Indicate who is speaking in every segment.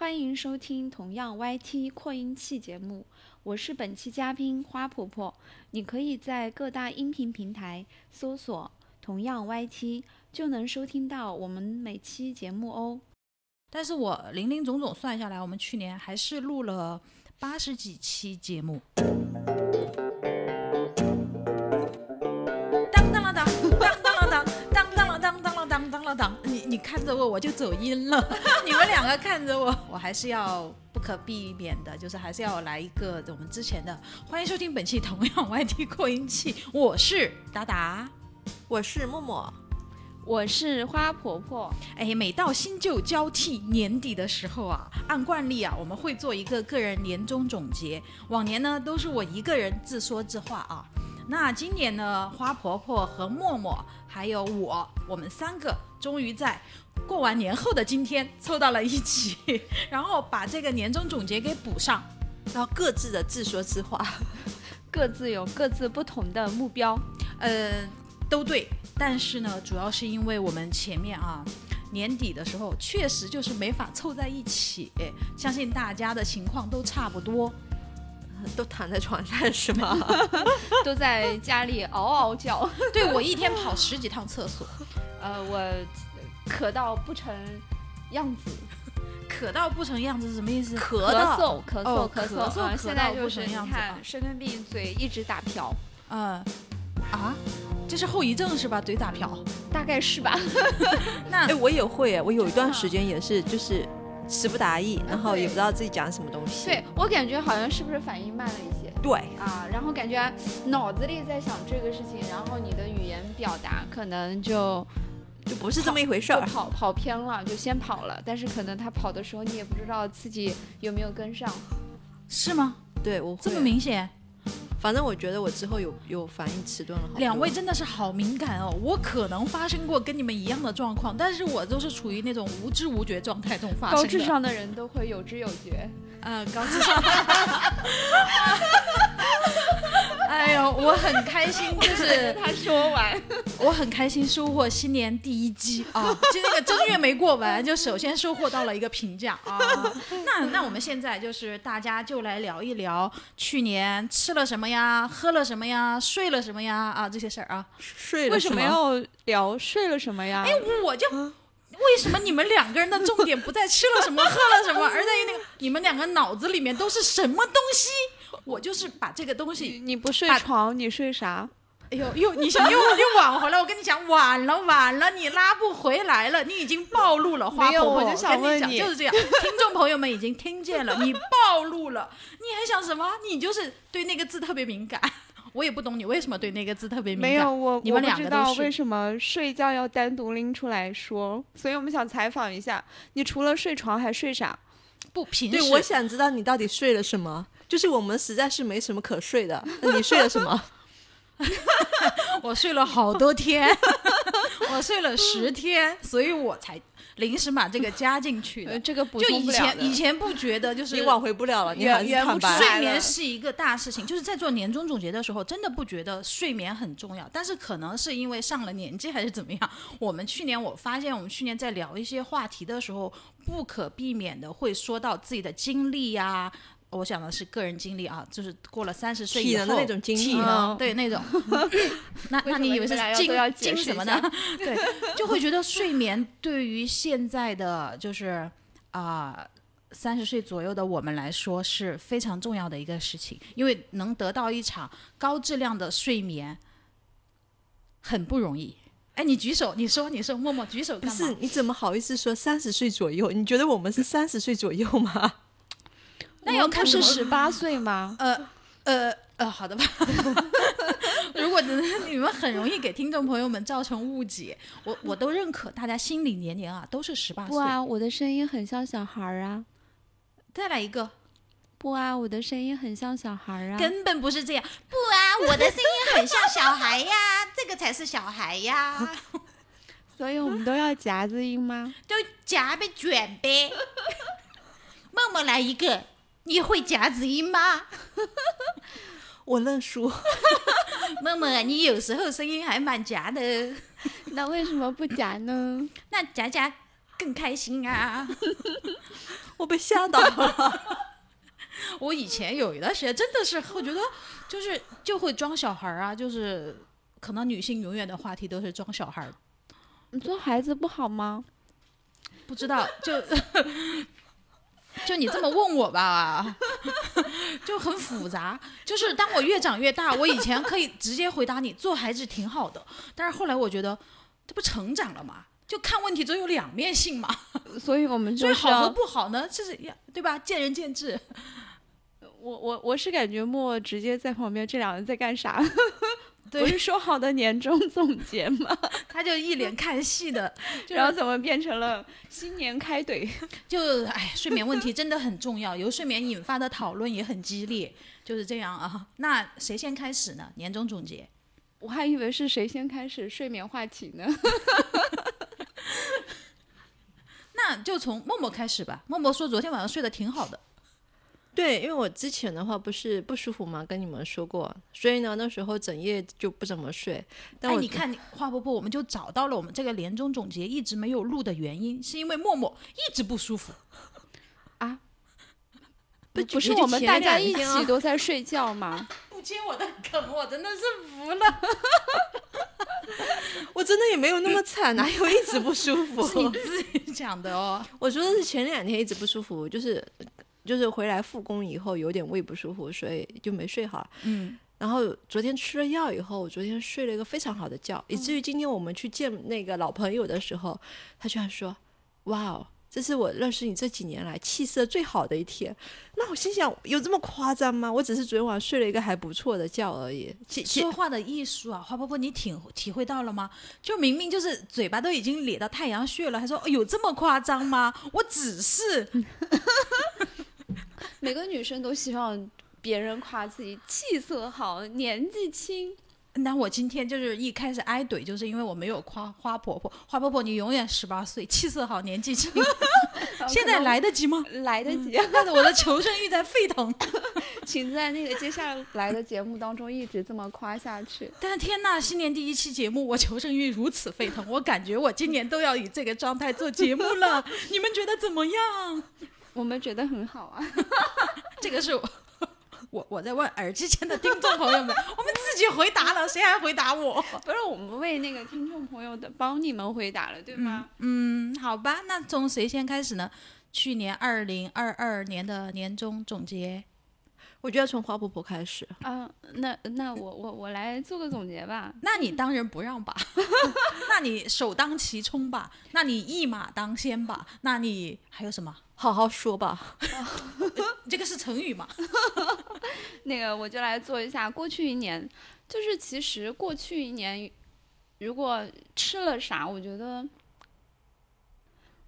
Speaker 1: 欢迎收听同样 YT 扩音器节目，我是本期嘉宾花婆婆。你可以在各大音频平台搜索“同样 YT”，就能收听到我们每期节目哦。
Speaker 2: 但是我零零总总算下来，我们去年还是录了八十几期节目。当当了当，当当了当，当当了当，当了当，当了当。你你看着我，我就走音了。你们两个看着我，我还是要不可避免的，就是还是要来一个我们之前的。欢迎收听本期同样 YT 扩音器，我是达达。
Speaker 3: 我是默默，
Speaker 1: 我是花婆婆，
Speaker 2: 哎，每到新旧交替年底的时候啊，按惯例啊，我们会做一个个人年终总结。往年呢都是我一个人自说自话啊，那今年呢，花婆婆和默默还有我，我们三个终于在过完年后的今天凑到了一起， 然后把这个年终总结给补上。
Speaker 3: 然后各自的自说自话，
Speaker 1: 各自有各自不同的目 标。
Speaker 2: 呃，都对，但是呢，主要是因为我们前面啊。年底的时候，确实就是没法凑在一起，哎相信大家的情况都差不多。
Speaker 3: 都躺在床上是吗？
Speaker 1: 都在家里嗷嗷叫。
Speaker 2: 对我一天跑十几趟厕所，
Speaker 1: 呃，我咳到不成样子，
Speaker 2: 渴到不成样子是什么意思？
Speaker 3: 咳
Speaker 1: 咳
Speaker 3: 的，
Speaker 1: 嗽，咳嗽，
Speaker 2: 哦
Speaker 1: 咳
Speaker 2: 咳嗽
Speaker 1: 啊
Speaker 2: 咳
Speaker 1: 现
Speaker 2: 到
Speaker 1: 在
Speaker 2: 不
Speaker 1: 就是
Speaker 2: 成
Speaker 1: 你
Speaker 2: 样子啊
Speaker 1: 看，生根病，嘴一直打瓢，
Speaker 2: 呃，啊，这是后遗症是吧？嘴打瓢。
Speaker 1: 大概是吧。
Speaker 2: 那
Speaker 3: 哎，我也会哎，我有一
Speaker 1: 真
Speaker 3: 段
Speaker 1: 的啊
Speaker 3: 时间也是，就是词不达
Speaker 2: 啊
Speaker 3: 意，然后也不知道自己讲什么东西。
Speaker 1: 对我感觉好像是不是反应慢了一些
Speaker 3: 对，
Speaker 1: 啊？然后感觉脑子里在想这个事情，然后你的语言表达可能就
Speaker 3: 就不是这么一回事
Speaker 1: 就
Speaker 3: 儿。
Speaker 1: 跑跑偏了，就先跑了。但是可能他跑的时候，你也不知道自己有没有跟上。
Speaker 2: 是吗？
Speaker 3: 对，我会
Speaker 2: 这么，明显？
Speaker 3: 反正我觉得我之后有有反应迟钝了好多。
Speaker 2: 两位真的是好敏感哦！我可能发生过跟你们一样的状况，但是我都是处于那种无知无觉状态中发生
Speaker 1: 高
Speaker 2: 的。
Speaker 1: 智，商的人都会有知有觉。
Speaker 2: 呃，高智商。 哎呦，我很开心，就是
Speaker 1: 他说完，
Speaker 2: 我很开心收获新年第一击啊！就那个正月没过完，就首先收获到了一个评价啊。那那我们现在就是大家就来聊一聊去年吃了什么呀，喝了什么呀，睡了什么呀啊这些事儿啊。
Speaker 3: 睡了
Speaker 1: 为什么
Speaker 3: 是吗
Speaker 1: 要聊睡了什么呀？哎，
Speaker 2: 我就为什么你们两个人的重点不在吃了什么、喝了什么，而在于那个你们两个脑子里面都是什么东西？我就是把这个东西
Speaker 1: 你不睡
Speaker 2: 把
Speaker 1: 床，你睡啥？
Speaker 2: 哎呦，又你想又又挽回了，我跟你讲，晚了晚了，你拉不回来了，你已经暴露了花
Speaker 1: 没有
Speaker 2: 婆婆。
Speaker 1: 我就想
Speaker 2: 跟
Speaker 1: 问
Speaker 2: 你讲，
Speaker 1: 你
Speaker 2: 就是这样，听众朋友们已经听见了，你暴露了，你还想什么？你就是对那个字特别敏感，我也不懂你为什么对那个字特别敏感。
Speaker 1: 没有，我
Speaker 2: 你
Speaker 1: 我
Speaker 2: 们
Speaker 1: 不
Speaker 2: 两
Speaker 1: 知
Speaker 2: 个
Speaker 1: 道
Speaker 2: 都是
Speaker 1: 为什么睡觉要单独拎出来说，所以我们想采访一下，你除了睡床还睡啥？
Speaker 2: 不平时
Speaker 3: 对，我想知道你到底睡了什么。就是我们实在是没什么可睡的，那你睡了 什么？
Speaker 2: 我睡了好多天， 我睡了十天，所以我才临时把这个加进去
Speaker 1: 呃，
Speaker 2: 的。
Speaker 1: 这个补
Speaker 2: 就
Speaker 1: 充
Speaker 2: 以
Speaker 1: 不了
Speaker 2: 前
Speaker 1: 的
Speaker 2: 以前不觉得，就是
Speaker 3: 你挽回不了了，你还是
Speaker 1: 圆不
Speaker 3: 坦白
Speaker 1: 出来
Speaker 3: 了。
Speaker 2: 睡
Speaker 1: 了
Speaker 2: 眠是一个大事情，就是在做年终总结的时候，真的不觉得睡眠很重要，但是可能是因为上了年纪还是怎么样， 我们去年我发现我们去年在聊一些话题的时候，不可避免的会说到自己的经历呀、我想的是个人经历啊，就是过了三十岁
Speaker 3: 体
Speaker 2: 以后
Speaker 3: 能的那种经历
Speaker 2: 体
Speaker 1: 嗯
Speaker 2: 能对那 种，那
Speaker 1: 为
Speaker 2: 那
Speaker 1: 什么
Speaker 2: 你以
Speaker 1: 你
Speaker 2: 为
Speaker 1: 们
Speaker 2: 是
Speaker 1: 俩要
Speaker 2: 经
Speaker 1: 都要解
Speaker 2: 经
Speaker 1: 释
Speaker 2: 什么
Speaker 1: 一
Speaker 2: 呢
Speaker 1: 下？
Speaker 2: 对，就会觉得睡眠对于现在的就是啊三十岁左右的我们来说是非常重要的一个事情，因为能得到一场高质量的睡眠很不容易。哎，你举手，你说，你说，默默举手
Speaker 3: 不
Speaker 2: 干嘛？
Speaker 3: 是，你怎么好意思说三十岁左右？你觉得我们是三十岁左右吗？
Speaker 2: 那
Speaker 1: 我
Speaker 2: 要
Speaker 1: 们
Speaker 2: 看
Speaker 1: 不是
Speaker 2: 什么
Speaker 1: 十八岁吗？
Speaker 2: 呃呃呃，好的吧。 如果你们很容易给听众朋友们造成误解，我我都认可，大家心理年龄啊都是十八
Speaker 1: 不
Speaker 2: 岁。
Speaker 1: 啊，我的声音很像小孩儿啊。
Speaker 2: 再来一个，
Speaker 1: 不啊，我的声音很像小孩儿啊。
Speaker 2: 根本不是这样。不啊，我的声音很像小孩呀，这个才是小孩呀，
Speaker 1: 所以我们都要夹子音吗？
Speaker 2: 都夹呗卷呗。 梦梦来一个，你会夹子音吗？
Speaker 3: 我认输。
Speaker 2: 梦梦啊，你有时候声音还蛮夹的，
Speaker 1: 那为什么不夹呢？
Speaker 2: 那夹夹更开心啊。
Speaker 3: 我被吓到了。
Speaker 2: 我以前有一段时间真的是会觉得，就是就会装小孩儿啊，就是可能女性永远的话题都是装小孩儿，
Speaker 4: 你做孩子不好吗？
Speaker 2: 不知道就就你这么问我吧，就很复杂。就是当我越长越大，我以前可以直接回答你做孩子挺好的，但是后来我觉得这不成长了吗？就看问题总有两面性嘛，
Speaker 4: 呃所以我们
Speaker 2: 所
Speaker 4: 就
Speaker 2: 以
Speaker 4: 是
Speaker 1: 啊
Speaker 2: 好和
Speaker 4: 要
Speaker 2: 不好呢，这是要对吧？见仁见智。
Speaker 4: 我我我是感觉莫直接在旁边，这两人在干 啥？
Speaker 2: 对
Speaker 4: 不是说好的年终总结吗？
Speaker 2: 他就一脸看戏的，就
Speaker 4: 然后怎么变成了新年开怼？
Speaker 2: 就哎，睡眠问题真的很重要，由睡眠引发的讨论也很激烈，就是这样啊。那谁先开始呢？年终总结，
Speaker 4: 我还以为是谁先开始睡眠话题呢。
Speaker 2: 那就从默默开始吧。默默说昨天晚上睡得挺好的，
Speaker 3: 对，因为我之前的话不是不舒服嘛，跟你们说过，所以呢那时候整夜就不怎么睡。但
Speaker 2: 哎，
Speaker 3: 我、
Speaker 2: 你看你华婆婆，我们就找到了我们这个年终总结一直没有录的原因，是因为默默一直不舒服。
Speaker 3: 不
Speaker 4: 不是
Speaker 3: 你就
Speaker 4: 我们
Speaker 3: 前
Speaker 4: 大家
Speaker 3: 两
Speaker 4: 一
Speaker 3: 天啊
Speaker 4: 起都在睡觉吗？
Speaker 2: 不接我的梗，我真的是服了。
Speaker 3: 我真的也没有那么惨， 哪有一直 不舒
Speaker 2: 是你
Speaker 3: 服？
Speaker 2: 自己讲的哦。
Speaker 3: 我说的是前两天一直不舒服，就是就是回来复工以后有点胃不舒服，所以就没睡好。
Speaker 2: 嗯，
Speaker 3: 然后昨天吃了药以后，我昨天睡了一个非常好的觉，以至于今天我们去见那个老朋友的时候，他居然说：“哇哦，这是我认识你这几年来气色最好的一天。”那我心想，有这么夸张吗？我只是昨天晚上睡了一个还不错的觉而已。其其
Speaker 2: 说话的艺术啊，华婆婆，你体体会到了吗？就明明就是嘴巴都已经咧到太阳穴了，还说、哦、有这么夸张吗？我只是
Speaker 4: 每个女生都希望别人夸自己气色好、年纪轻。
Speaker 2: 那我今天就是一开始挨怼，就是因为我没有夸花婆婆。花婆婆，你永远十八岁，气色好，年纪轻。
Speaker 4: 呃
Speaker 2: 现在来得及 吗？
Speaker 4: 来得及，
Speaker 2: 看得我的求生欲在沸腾。
Speaker 4: 请在那个接下来的节目当中一直这么夸下去。
Speaker 2: 但是天呐，新年第一期节目，我求生欲如此沸腾，我感觉我今年都要以这个状态做节目了。 你们觉得怎么样？啊
Speaker 4: 我们觉得很好啊。
Speaker 2: 这个是我。我我在问耳机前的听众朋友们，我们自己回答了，谁还回答我？
Speaker 4: 不是我们为那个听众朋友的帮你们回答了，对吗？
Speaker 2: 嗯，好吧，那从谁先开始呢？去年二零二二年的年终总结，
Speaker 3: 我觉得从花婆婆开始，
Speaker 4: 啊，那那我我我来做个总结吧。
Speaker 2: 那你当仁不让吧， 那你首当其冲吧，那你一马当先吧，那你还有什么？
Speaker 3: 好好说吧。
Speaker 2: 这个是成语嘛？
Speaker 4: 那个我就来做一下过去一年，就是其实过去一年，如果吃了啥，我觉得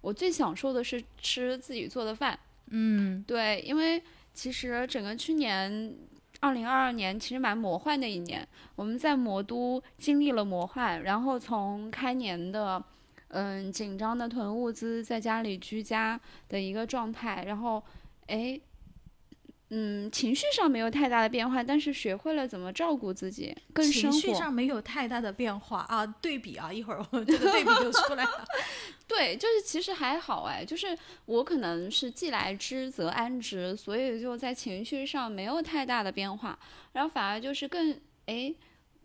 Speaker 4: 我最享受的是吃自己做的饭。
Speaker 2: 嗯，
Speaker 4: 对，因为其实整个去年二零二二年其实蛮魔幻的一年，我们在魔都经历了魔幻，然后从开年的嗯紧张的囤物资，在家里居家的一个状态，然后哎。嗯，情绪上没有太大的变化，但是学会了怎么照顾自己，更
Speaker 2: 情
Speaker 4: 生活。
Speaker 2: 绪上没有太大的变化啊，对比啊，一会儿我 们这个对比就出来了。
Speaker 4: 对，就是其实还好哎，就是我可能是既来之则安之，所以就在情绪上没有太大的变化，然后反而就是更哎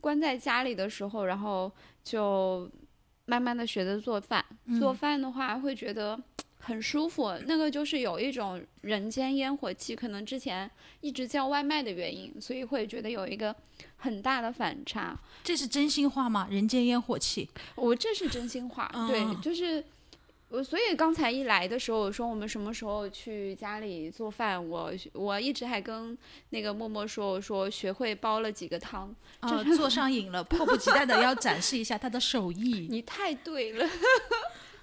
Speaker 4: 关在家里的时候，然后就慢慢的学着做饭，做饭的话会觉得。很舒服，那个就是有一种人间烟火气，可能之前一直叫外卖的原因，所以会觉得有一个很大的反差。
Speaker 2: 这是真心话吗？人间烟火气。
Speaker 4: 我这是真心话，对，
Speaker 2: 嗯
Speaker 4: 就是我，所以刚才一来的时候，我说我们什么时候去家里做饭，我我一直还跟那个默默说，我说学会煲了几个汤，
Speaker 2: 啊，做上瘾了，迫不及待的要展示一下他的手艺。
Speaker 4: 你太对了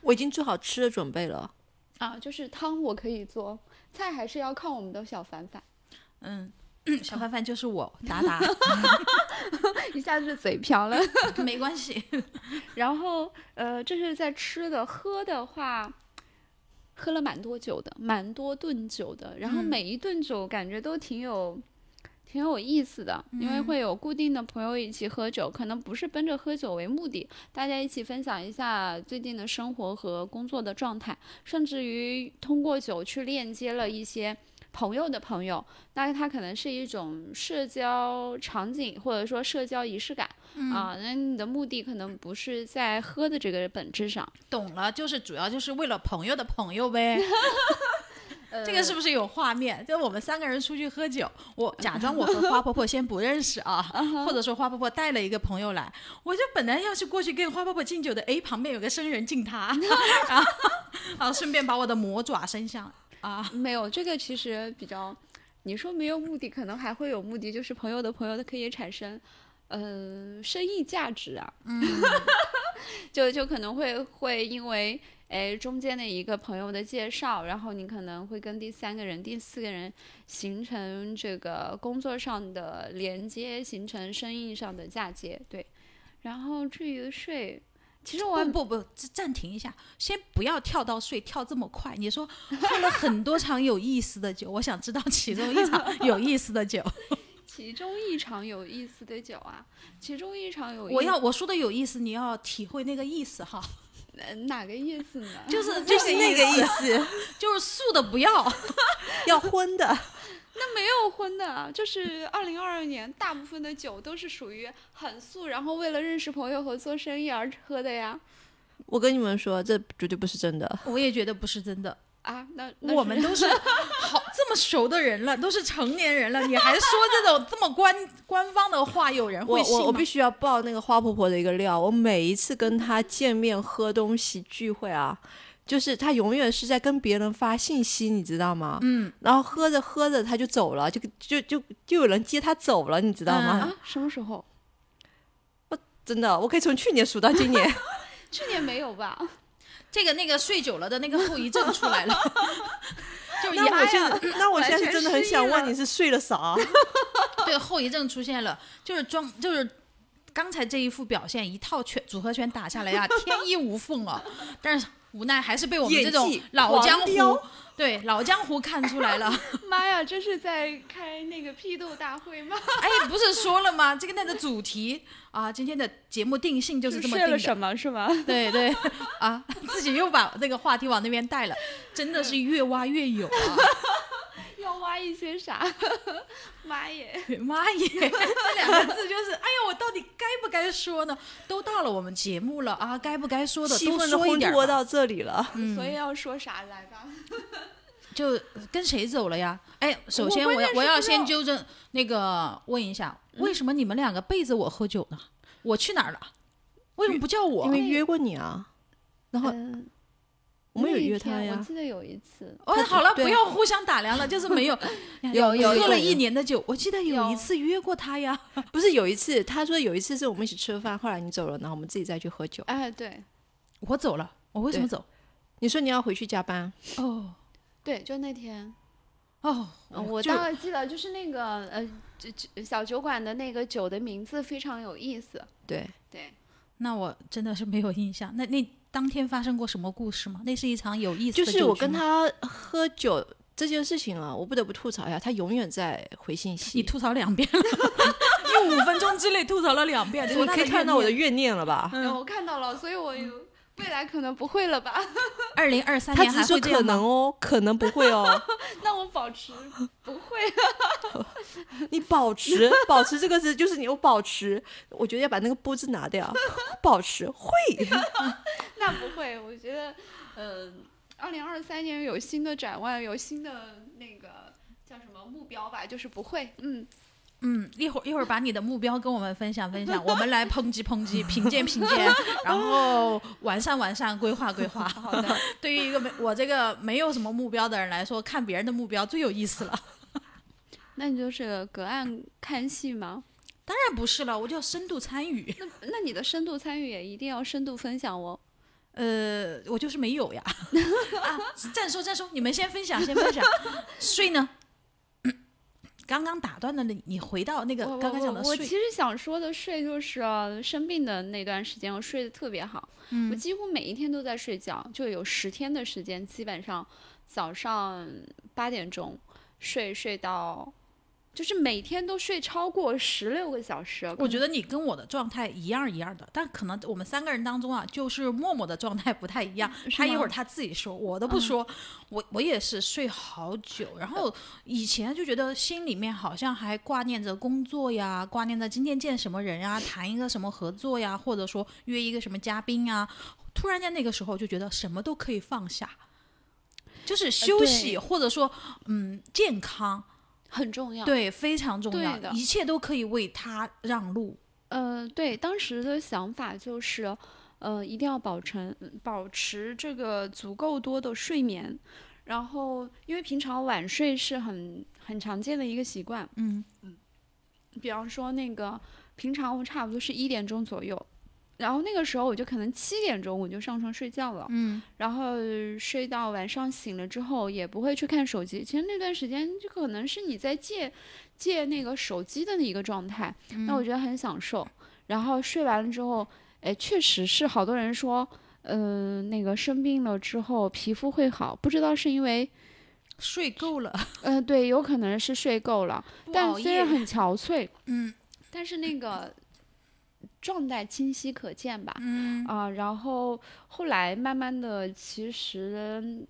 Speaker 3: 我已经做好吃的准备了。
Speaker 4: 啊，就是汤我可以做，菜还是要靠我们的小凡凡，
Speaker 2: 嗯， 嗯小范范就是我，达 达，
Speaker 4: 一下子嘴瓢了。
Speaker 2: 没关系。
Speaker 4: 然后呃，这是在吃的，喝的话，喝了蛮多酒的，蛮多顿酒的。然后每一顿酒感觉都挺有、挺有意思的，因为会有固定的朋友一起喝酒，可能不是奔着喝酒为目的，大家一起分享一下最近的生活和工作的状态，甚至于通过酒去链接了一些朋友的朋友，那它可能是一种社交场景或者说社交仪式感、啊。那你的目的可能不是在喝的这个本质上，
Speaker 2: 懂了，就是主要就是为了朋友的朋友呗。这个是不是有画面？就我们三个人出去喝酒，我假装我和花婆婆先不认识啊，或者说花婆婆带了一个朋友来，我就本来要去过去跟花婆婆敬酒的，诶，旁边有个生人敬她，然后然后顺便把我的魔爪伸向啊，
Speaker 4: 没有这个其实比较，你说没有目的，可能还会有目的，就是朋友的朋友的可以产生，嗯、生意价值啊，嗯， 就就可能会会因为。哎，中间的一个朋友的介绍，然后你可能会跟第三个人、第四个人形成这个工作上的连接，形成生意上的嫁接，对。然后至于税，其实我还
Speaker 2: 不不不，暂暂停一下，先不要跳到睡，跳这么快。你说喝了很多场有意思的酒，我想知道其中一场有意思的酒。
Speaker 4: 其中一场有意思的酒啊，其中一场有意
Speaker 2: 我要我说的有意思，你要体会那个意思哈，
Speaker 4: 呃哪个意思呢？
Speaker 2: 就是
Speaker 3: 就
Speaker 2: 就是
Speaker 3: 那个意思，
Speaker 2: 就是素的不要，
Speaker 3: 要荤的。
Speaker 4: 那没有荤的啊，就是二零二二年大部分的酒都是属于很素，然后为了认识朋友和做生意而喝的呀。
Speaker 3: 我跟你们说，这绝对不是真的。
Speaker 2: 我也觉得不是真的。
Speaker 4: 啊，那那
Speaker 2: 我
Speaker 4: 是
Speaker 2: 们都是好这么熟的人了，都是成年人了，你还说这种这么官官方的话，有人
Speaker 3: 我
Speaker 2: 会信吗？
Speaker 3: 我我必须要爆那个花婆婆的一个料，我每一次跟她见面喝东西聚会啊，就是她永远是在跟别人发信息，你知道吗？嗯，然后喝着喝着她就走了，就就就就有人接她走了，你知道
Speaker 2: 嗯
Speaker 3: 吗？
Speaker 4: 啊，什么时候？
Speaker 3: 真的，我可以从去年数到 今年。
Speaker 4: 去年没有吧？
Speaker 2: 这个那个睡久了的那个后遗症出来 了，就
Speaker 3: 那我
Speaker 2: 牙
Speaker 3: 现
Speaker 2: 哎呀，
Speaker 3: 在，那我
Speaker 4: 完
Speaker 3: 现在是
Speaker 4: 全
Speaker 3: 真的很
Speaker 4: 失忆
Speaker 3: 想问
Speaker 4: 了
Speaker 3: 你是睡了啥？
Speaker 2: 对后遗症出现了，就是装就是。刚才这一副表现，一套拳组合拳打下来呀、天衣无缝啊！但是无奈还是被我们
Speaker 3: 演
Speaker 2: 这种
Speaker 3: 技
Speaker 2: 老
Speaker 3: 狂
Speaker 2: 江湖
Speaker 3: 飙，
Speaker 2: 对老江湖看出来了。
Speaker 4: 妈呀，这是在开那个批斗大会吗？
Speaker 2: 哎，不是说了吗？这个那个主题啊，今天的节目定性就是这么定的。
Speaker 4: 么是吗？
Speaker 2: 对对 啊，自己又把这个话题往那边带了，真的是越挖越有啊！
Speaker 4: 要挖一些啥？ 妈耶！
Speaker 2: 妈耶，这两个字就是，哎呀，我到底该不该说呢？都到了我们节目了啊，该不该说的
Speaker 3: 气
Speaker 2: 都
Speaker 3: 氛都
Speaker 2: 说一
Speaker 3: 烘
Speaker 2: 点
Speaker 3: 托
Speaker 2: 吧。嗯
Speaker 3: 到这里了。
Speaker 4: 所以要说啥来吧？
Speaker 2: 就跟谁走了呀？哎，首先
Speaker 4: 我
Speaker 2: 我要
Speaker 4: 关键是
Speaker 2: 我要
Speaker 4: 不知道
Speaker 2: 先纠正那个问一下，为什么你们两个背着我喝酒呢？我去哪儿了？为什么不叫我哎
Speaker 3: 因？为约过你啊，然后
Speaker 4: 嗯，
Speaker 3: 我们有约
Speaker 4: 那
Speaker 3: 他
Speaker 4: 一天我
Speaker 3: 呀。
Speaker 4: 记得有一次，
Speaker 2: 哦，
Speaker 3: 他
Speaker 2: 好了，
Speaker 3: 对
Speaker 2: 不要互相打量了，就是没有
Speaker 3: 有有
Speaker 2: 喝了
Speaker 3: 有
Speaker 2: 一年的酒，我记得有一
Speaker 4: 有
Speaker 2: 次约过他呀。
Speaker 3: 不是有一次，他说有一次是我们一起吃了饭，后来你走了，然后我们自己再去喝酒。
Speaker 4: 哎，对
Speaker 2: 我走了，我为什么走？
Speaker 3: 你说你要回去加班，
Speaker 2: 哦
Speaker 4: 对，就那天。
Speaker 2: 哦，
Speaker 4: 嗯，我
Speaker 2: 就
Speaker 4: 大概记得，就是那个呃，这这小酒馆的那个酒的名字非常有意思。
Speaker 3: 对，
Speaker 4: 对，
Speaker 2: 那我真的是没有印象。那那当天发生过什么故事吗？那是一场有意思
Speaker 3: 就
Speaker 2: 的
Speaker 3: 是我
Speaker 2: 酒局
Speaker 3: 跟
Speaker 2: 吗。
Speaker 3: 他喝酒这件事情啊，我不得不吐槽一下，他永远在回信息。
Speaker 2: 你吐槽两遍了， 你五分钟之内吐槽了两遍，
Speaker 3: 你可以看到我的
Speaker 2: 2
Speaker 3: 怨念了吧？
Speaker 4: 然后我看到了，所以我有未来可能不会了吧？
Speaker 2: 二零二三
Speaker 3: 他
Speaker 2: 年
Speaker 3: 只
Speaker 2: 还
Speaker 3: 是说
Speaker 2: 会这
Speaker 3: 可
Speaker 2: 样吗？
Speaker 3: 能哦，可能不会哦。
Speaker 4: 那我保持不会。
Speaker 3: 你保持，保持这个字就是你有保持，我觉得要把那个不字拿掉， 保持会。
Speaker 4: 那不会，我觉得，呃，二零二三年有新的展望，有新的那个叫什么目标吧，就是不会，嗯，
Speaker 2: 嗯，一会儿一会儿把你的目标跟我们分享分享，我们来抨击抨击，评鉴评鉴，然后完善完善，规划规划。
Speaker 4: 好的，
Speaker 2: 对于一个没我这个没有什么目标的人来说，看别人的目标最有意思了。
Speaker 4: 那你就是隔岸看戏吗？
Speaker 2: 当然不是了，我就要深度参与。
Speaker 4: 那那你的深度参与也一定要深度分享哦。
Speaker 2: 呃，我就是没有呀。 啊，再说再说，你们先分享，先分 享。睡呢？刚刚打断了你，你回到那个
Speaker 4: 我
Speaker 2: 刚刚讲
Speaker 4: 我
Speaker 2: 的
Speaker 4: 我我
Speaker 2: 睡
Speaker 4: 其，实想说的睡就是、啊、生病的那段时间，我睡得特别好，
Speaker 2: 嗯
Speaker 4: 我几乎每一天都在睡觉，就有十天的时间，基本上早上八点钟睡睡到就是每天都睡超过十六个小时。啊
Speaker 2: 我觉得你跟我的状态一样一样的，但可能我们三个人当中啊，就是默默的状态不太一样。他一会儿他自己说，我都
Speaker 4: 嗯
Speaker 2: 不说，我我也是睡好久。然后以前就觉得心里面好像还挂念着工作呀，挂念着今天见什么人啊，谈一个什么合作呀，或者说约一个什么嘉宾啊。突然间那个时候就觉得什么都可以放下，就是休息、
Speaker 4: 呃对
Speaker 2: 或者说嗯健康。
Speaker 4: 很重要。
Speaker 2: 对，非常重
Speaker 4: 对
Speaker 2: 要，
Speaker 4: 的
Speaker 2: 一切都可以为他让路。
Speaker 4: 呃，对，当时的想法就是，呃，一定要保持保持这个足够多的睡眠，然后因为平常晚睡是很很常见的一个习惯，
Speaker 2: 嗯
Speaker 4: 比方说那个平常我差不多是一点钟左右，然后那个时候我就可能七点钟我就上床睡觉了，
Speaker 2: 嗯，
Speaker 4: 然后睡到晚上醒了之后也不会去看手机。其实那段时间就可能是你在戒戒那个手机的一个状态，那我觉得很享受。然后睡完了之后，哎，确实是好多人说，嗯、那个生病了之后皮肤会好，不知道是因为，
Speaker 2: 睡够了，
Speaker 4: 呃，对，有可能是睡够了，
Speaker 2: 不
Speaker 4: 但
Speaker 2: 熬
Speaker 4: 虽
Speaker 2: 夜
Speaker 4: 然。很憔悴，
Speaker 2: 嗯
Speaker 4: 但是那个状态清晰可见吧。
Speaker 2: 嗯
Speaker 4: 啊、然后后来慢慢的，其实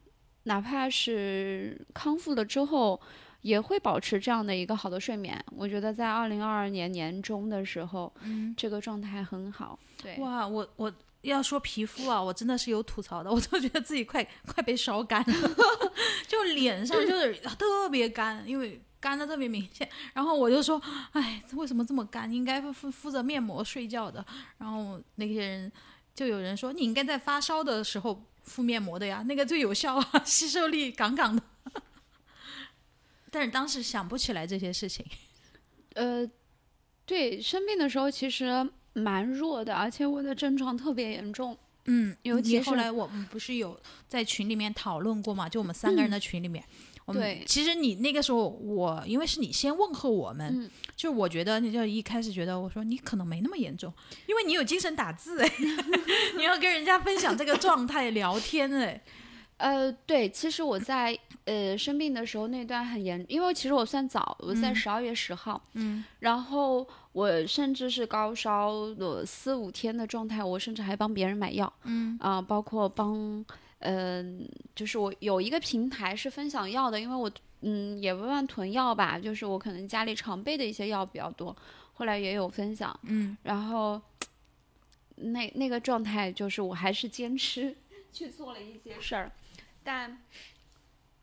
Speaker 4: 哪怕是康复了之后，也会保持这样的一个好的睡眠。我觉得在二零二二年年中的时候，
Speaker 2: 嗯，
Speaker 4: 这个状态很好。对，
Speaker 2: 哇，我我要说皮肤啊，我真的是有吐槽的，我都觉得自己快快被烧干了， 就脸上就是啊特别干，因为。干的特别明显，然后我就说，哎，为什么这么干？应该敷敷着面膜睡觉的。然后那些人就有人说，你应该在发烧的时候敷面膜的呀，那个最有效啊， 吸收力杠杠的。 但是当时想不起来这些事情，
Speaker 4: 呃，对，生病的时候其实蛮弱的，而且我的症状特别严重。
Speaker 2: 嗯，
Speaker 4: 尤其
Speaker 2: 你
Speaker 4: 是
Speaker 2: 后来我们不是有在群里面讨论过嘛？就我们三个人的群里面，我们
Speaker 4: 嗯对
Speaker 2: 其实你那个时候我因为是你先问候我们，
Speaker 4: 嗯
Speaker 2: 就我觉得你就一开始觉得我说你可能没那么严重，因为你有精神打字哎， 你要跟人家分享这个状态聊天哎，
Speaker 4: 呃，对，其实我在呃生病的时候那段很严，因为其实我算早，我在
Speaker 2: 嗯
Speaker 4: 十二月十号，
Speaker 2: 嗯，
Speaker 4: 然后我甚至是高烧了四五天的状态，我甚至还帮别人买药，
Speaker 2: 嗯
Speaker 4: 啊、包括帮，嗯、就是我有一个平台是分享药的，因为我嗯也不算囤药吧，就是我可能家里常备的一些药比较多，后来也有分享，
Speaker 2: 嗯，
Speaker 4: 然后那那个状态就是我还是坚持去做了一些事儿，但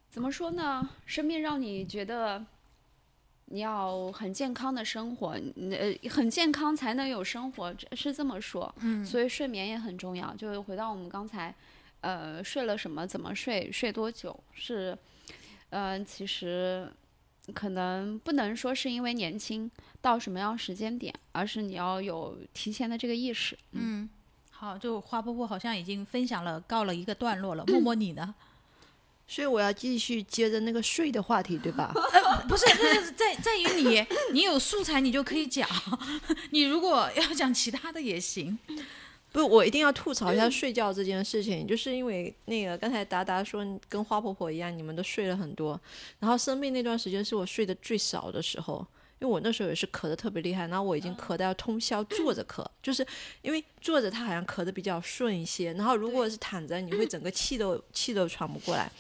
Speaker 4: 怎么说呢？生病让你觉得你要很健康的生活，你呃，很健康才能有生活，这是这么说。嗯，所以睡眠也很重要。就是回到我们刚才，呃，睡了什么，怎么睡，睡多久是，呃，其实可能不能说是因为年轻，到什么样时间点，而是你要有提前的这个意识。
Speaker 2: 嗯，好，就花婆婆好像已经分享了告了一个段 落了，默默你呢？
Speaker 3: 所以我要继续接着那个睡的话题，对吧？
Speaker 2: 不是，那就是在在于你，你有素材你就可以讲， 你如果要讲其他的也行。
Speaker 3: 不，我一定要吐槽一下睡觉这件事情，就是因为那个刚才达达说你跟花婆婆一样，你们都睡了很多，然后生病那段时间是我睡得最少的时候。因为我那时候也是咳得特别厉害，然后我已经咳到要通宵坐着咳，就是因为坐着它好像咳得比较顺一些，然后如果是躺着，你会整个气都气都喘不过来。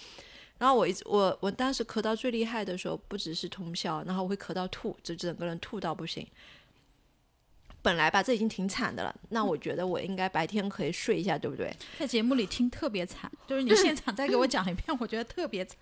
Speaker 3: 然后我一直我我当时咳到最厉害的时候，不只是通宵，然后我会咳到吐，就整个人吐到不行。本来吧，这已经挺惨的了，那
Speaker 2: 嗯
Speaker 3: 我觉得我应该白天可以睡一下，对不对？
Speaker 2: 在节目里听特别惨，就是你现场再给我讲一遍，我觉得特别 惨。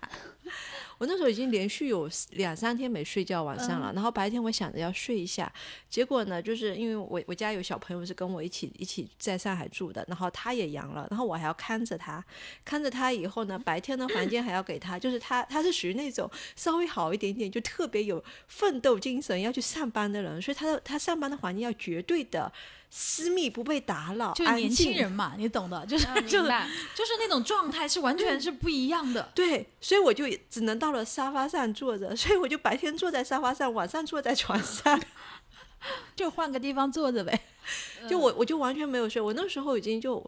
Speaker 3: 我那时候已经连续有两三天没睡觉晚上
Speaker 2: 嗯
Speaker 3: 了，然后白天我想着要睡一下，结果呢，就是因为我我家有小朋友是跟我一起一起在上海住的，然后他也阳了，然后我还要看着他，看着他以后呢，白天的房间还要给他，就是他他是属于那种稍微好一点点，就特别有奋斗精神要去上班的人，所以他的他上班的环境要绝对的私密不被打扰，
Speaker 2: 就是
Speaker 3: 安
Speaker 2: 年轻
Speaker 3: 静。
Speaker 2: 人嘛，你懂的，就是、
Speaker 4: 啊
Speaker 2: 就
Speaker 4: 明
Speaker 2: 是
Speaker 4: 白，
Speaker 2: 就是那种状态是完全是不一样的。
Speaker 3: 对，所以我就只能到了沙发上坐着，所以我就白天坐在沙发上，晚上坐在床上。
Speaker 2: 就换个地方坐着呗。
Speaker 3: 就我我就完全没有睡，我那时候已经就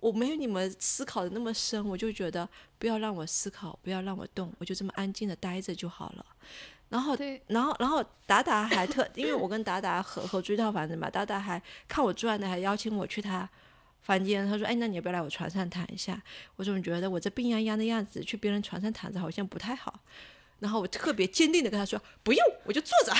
Speaker 3: 我没有你们思考的那么深，我就觉得不要让我思考，不要让我动，我就这么安静的待着就好了。然后
Speaker 4: 对，
Speaker 3: 然后，然后达达还特，因为我跟达达合合租一套房子嘛，达达还看我住完的，还邀请我去他房间。他说：“哎，那你要不要来我床上躺一下？”我总觉得我这病殃殃的样子，去别人床上躺着好像不太好。然后我特别坚定的跟他说：“不用，我就坐着。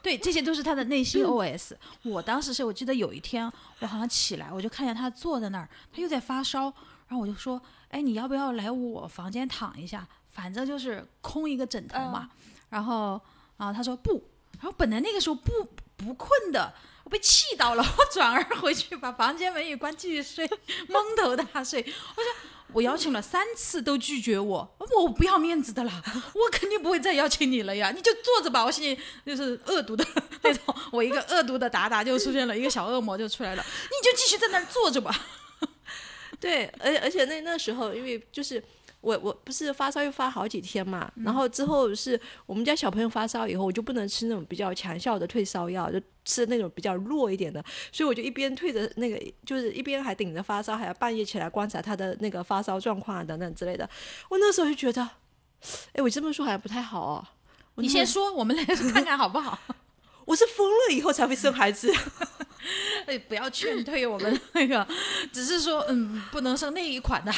Speaker 2: 对，这些都是他的内心 OS。我当时是我记得有一天，我好像起来，我就看见他坐在那儿，他又在发烧，然后我就说：“哎，你要不要来我房间躺一下？反正就是空一个枕头嘛。然后，然后他说：“不。”然后本来那个时候不不困的，我被气到了，我转而回去把房间门一关，继续睡，蒙头大睡。我说。我邀请了三次都拒绝我，我不要面子的啦，我肯定不会再邀请你了呀，你就坐着吧。我心里就是恶毒的 那种，我一个恶毒的达达就出现了，一个小恶魔就出来了，你就继续在那儿坐着吧。”
Speaker 3: 对，而而且那那时候，因为就是我我不是发烧又发好几天嘛，
Speaker 2: 嗯
Speaker 3: 然后之后是我们家小朋友发烧以后，我就不能吃那种比较强效的退烧药，就吃那种比较弱一点的，所以我就一边退着那个，就是一边还顶着发烧，还要半夜起来观察他的那个发烧状况啊等等之类的。我那时候就觉得，哎，我这么说好像不太好哦。我
Speaker 2: 你
Speaker 3: 那
Speaker 2: 先
Speaker 3: 时
Speaker 2: 说，我们来看看好不好？
Speaker 3: 候，我是疯了以后才会生孩子。
Speaker 2: 哎，不要劝退我们那个， 只是说，嗯，不能生那一款的。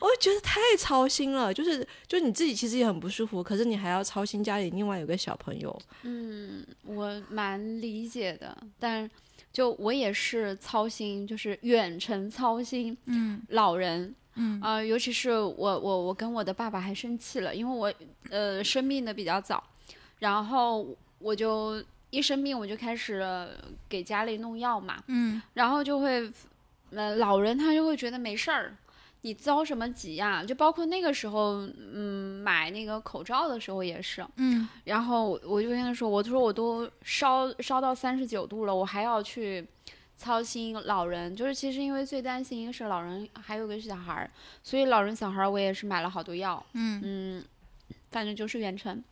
Speaker 3: 我觉得太操心了，就是就是你自己其实也很不舒服，可是你还要操心家里另外有个小朋友。
Speaker 4: 我蛮理解的，但就我也是操心，就是远程操心
Speaker 2: 嗯
Speaker 4: 老人。
Speaker 2: 嗯
Speaker 4: 啊、尤其是我我我跟我的爸爸还生气了，因为我呃生病的比较早，然后我就一生病我就开始给家里弄药嘛，
Speaker 2: 嗯，
Speaker 4: 然后就会，呃，老人他就会觉得没事儿，你着什么急呀、就包括那个时候，嗯，买那个口罩的时候也是，
Speaker 2: 嗯，
Speaker 4: 然后我我就跟他说，我说我都烧烧到三十九度了，我还要去操心老人，就是其实因为最担心一个是老人，还有一个是小孩儿，所以老人小孩儿我也是买了好多药，
Speaker 2: 嗯
Speaker 4: 反正就是远程。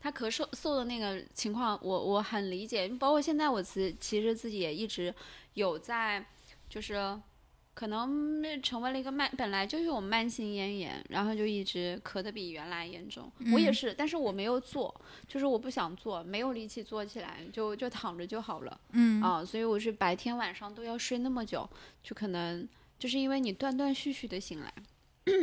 Speaker 4: 他咳嗽嗽的那个情况，我我很理解，包括现在我其其实自己也一直有在，就是可能成为了一个慢，本来就有慢性咽炎，然后就一直咳得比原来严重。我也
Speaker 2: 嗯
Speaker 4: 是，但是我没有做，就是我不想做，没有力气做起来，就就躺着就好了。
Speaker 2: 嗯
Speaker 4: 啊、所以我是白天晚上都要睡那么久，就可能就是因为你断断续续的醒来，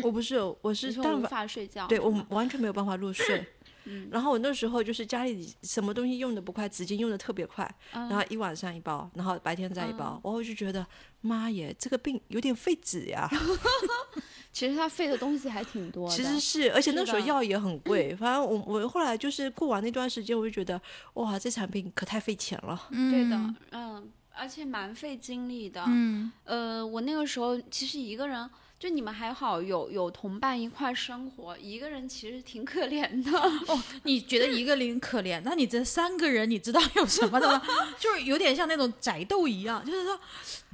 Speaker 3: 我不是，我是
Speaker 4: 你就
Speaker 3: 但
Speaker 4: 无
Speaker 3: 凡
Speaker 4: 法睡觉。
Speaker 3: 对
Speaker 4: 是
Speaker 3: 我
Speaker 4: 吗
Speaker 3: 完全没有办法入睡
Speaker 4: 嗯。
Speaker 3: 然后我那时候就是家里什么东西用的不快，纸巾用的特别快，
Speaker 4: 嗯
Speaker 3: 然后一晚上一包，然后白天再一包，我就觉得妈耶，这个病有点费纸 呀。
Speaker 4: 其实他费的东西还挺多的。
Speaker 3: 其实是，而且那
Speaker 4: 是
Speaker 3: 时候
Speaker 4: 的
Speaker 3: 药也很贵，反正我我后来就是过完那段时间，我就觉得哇，这产品可太费钱了。
Speaker 4: 对的，嗯，而且蛮费精力的。
Speaker 2: 嗯
Speaker 4: 呃，我那个时候其实一个人，就你们还好有有同伴一块生活，一个人其实挺可怜的。。
Speaker 2: 哦，你觉得一个零可怜，那你这三个人，你知道有什么的吗？就是有点像那种宅斗一样，就是说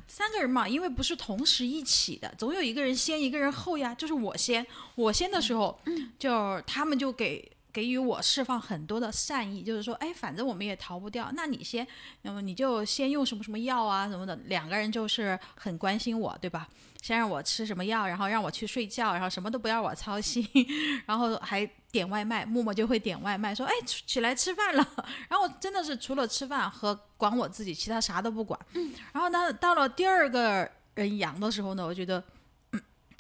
Speaker 2: 三个人嘛，因为不是同时一起的，总有一个人先，一个人后呀。就是我先，我先的时候，就他们就给。给予我释放很多的善意，就是说，哎，反正我们也逃不掉，那你先，那么你就先用什么什么药啊什么的，两个人就是很关心我，对吧？先让我吃什么药，然后让我去睡觉，然后什么都不要我操心，然后还点外卖，默默就会点外卖，说：“哎，起起来吃饭了。” 然后我真的是除了吃饭和管我自己，其他啥都不管。然后呢，到了第二个人阳的时候呢，我觉得、嗯、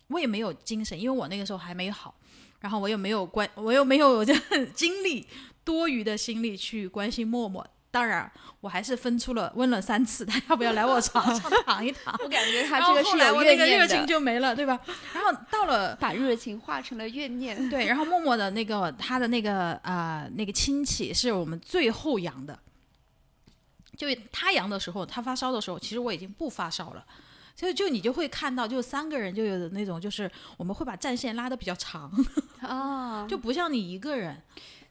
Speaker 2: 我也没有精神，因为我那个时候还没好，然后我又没有关，我又没有精力，多余的心力去关心默默。当然，我还是分出了问了三次，他要不要来我床上躺一躺
Speaker 4: 我感觉他
Speaker 2: 然
Speaker 4: 这
Speaker 2: 后
Speaker 4: 个
Speaker 2: 后
Speaker 4: 是
Speaker 2: 来
Speaker 4: 有
Speaker 2: 我那
Speaker 4: 怨
Speaker 2: 个热
Speaker 4: 念
Speaker 2: 情
Speaker 4: 的，
Speaker 2: 就没了，对吧？然后到了
Speaker 4: 把热情化成了怨念。
Speaker 2: 对，然后默默的那个他的那个呃那个亲戚是我们最后阳的，就他阳的时候，他发烧的时候，其实我已经不发烧了。所以就你就会看到，就三个人就有的那种，就是我们会把战线拉的比较长，
Speaker 4: 啊，
Speaker 2: 就不像你一个人。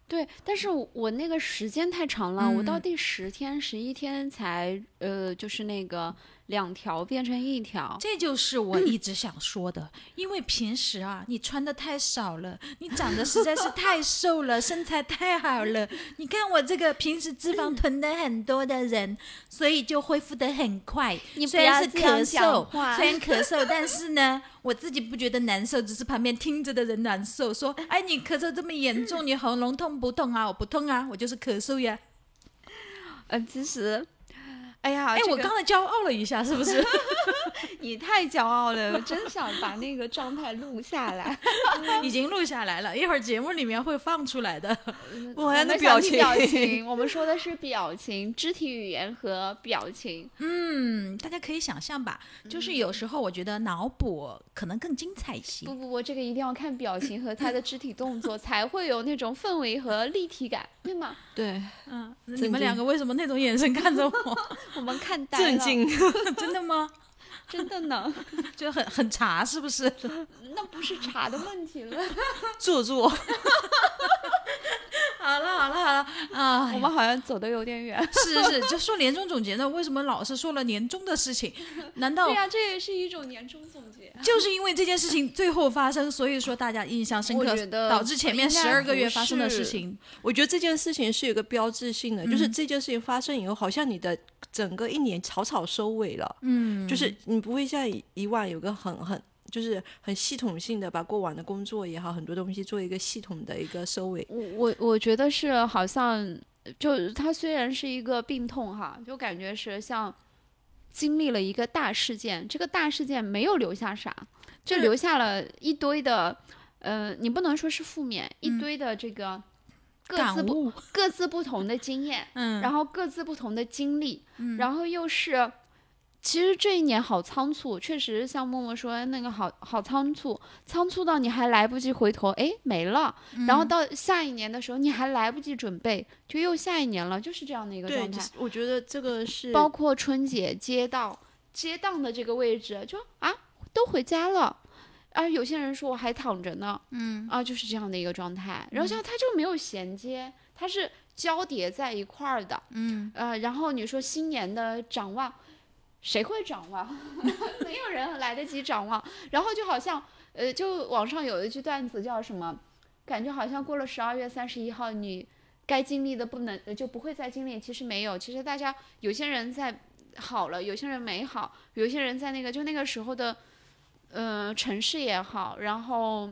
Speaker 4: 对，但是我我那个时间太长了，我到
Speaker 2: 嗯
Speaker 4: 第十天、十一天才呃，就是那个两条变成一条，
Speaker 2: 这就是我一直想说的，因为平时啊，你穿的太少了，你长得实在是太瘦了，身材太好了。你看我这个平时脂肪囤的很多的人，所以就恢复的很快。
Speaker 4: 你不
Speaker 2: 虽然
Speaker 4: 要
Speaker 2: 是
Speaker 4: 这样
Speaker 2: 咳
Speaker 4: 讲
Speaker 2: 嗽，
Speaker 4: 话。
Speaker 2: 虽然咳嗽， 但是呢，我自己不觉得难受，只是旁边听着的人难受，说：“哎，你咳嗽这么严重，你喉咙痛不痛啊？我不痛啊，我就是咳嗽呀。
Speaker 4: 呃，其实，哎呀，
Speaker 2: 哎，
Speaker 4: 这
Speaker 2: 我
Speaker 4: 个
Speaker 2: 刚才骄傲了一下，是不 是？
Speaker 4: 你太骄傲了， 我真想把那个状态录下来。
Speaker 2: 已经录下来了，一会儿节目里面会放出来的。
Speaker 3: 我还
Speaker 4: 我
Speaker 3: 能
Speaker 4: 们想
Speaker 3: 表
Speaker 4: 听
Speaker 3: 情，
Speaker 4: 表情，我们说的是表情、肢体语言和表情。
Speaker 2: 嗯，大家可以想象吧，就是有时候我觉得脑补可能更精彩一些
Speaker 4: 不。不不，这个一定要看表情和他的肢体动作，才会有那种氛围和立体感，对吗？
Speaker 3: 对，
Speaker 2: 嗯，你
Speaker 3: 震
Speaker 2: 们
Speaker 3: 惊
Speaker 2: 两个为什么那种眼神看着我？
Speaker 4: 我们看呆
Speaker 3: 震
Speaker 4: 了，
Speaker 3: 惊，
Speaker 2: 真的吗？
Speaker 4: 真的呢，
Speaker 2: 就很很茶是不是？
Speaker 4: 那不是茶的问题了。
Speaker 3: 做作。
Speaker 2: 好了好了好了啊！
Speaker 4: 我们好像走的有点远。
Speaker 2: 是是， 就说年终总结呢，为什么老是说了年终的事 情？难道
Speaker 4: 对呀、这也是一种年终总结。
Speaker 2: 就是因为这件事情最后发生，所以说大家印象深
Speaker 4: 我
Speaker 2: 刻
Speaker 4: 觉，得
Speaker 2: 导致前面
Speaker 4: 应该
Speaker 2: 十二
Speaker 4: 不
Speaker 2: 个月发生的事
Speaker 4: 是
Speaker 2: 情？
Speaker 3: 我觉得这件事情是有一个标志性的，就是这件事情发生以后，好像你的整个一年草草收尾了，
Speaker 2: 嗯，
Speaker 3: 就是你不会像以以往有个很很。就是很系统性的把过往的工作也好，很多东西做一个系统的一个收尾。
Speaker 4: 我我我觉得是好像，就它虽然是一个病痛哈，就感觉是像经历了一个大事件，这个大事件没有留下啥，就留下了一堆的，呃，你不能说是负面，一堆的这个各
Speaker 2: 嗯感
Speaker 4: 自不
Speaker 2: 悟，
Speaker 4: 各自不同的经验，
Speaker 2: 嗯，
Speaker 4: 然后各自不同的经历，然后又是，其实这一年好仓促，确实像默默说那个好好仓促，仓促到你还来不及回头，哎，没了。然后到下一年的时候，你还来不及准备，就又下一年了，就是这样的一个
Speaker 3: 对
Speaker 4: 状，态。
Speaker 3: 我觉得这个是
Speaker 4: 包括春节街道街档的这个位置，就啊都回家了。啊，有些人说我还躺着呢，嗯，啊，就是这样的一个状态。然后像它就没有衔接，它是交叠在一块儿的，嗯，呃，然后你说新年的展望，谁会展望？ 没有人来得及展望。然后就好像，呃，就网上有一句段子叫什么，感觉好像过了十二月三十一号，你该经历的不能呃就不会再经历。其实没有，其实大家有些人在好了，有些人没好，有些人在那个就那个时候的，呃，城市也好，然后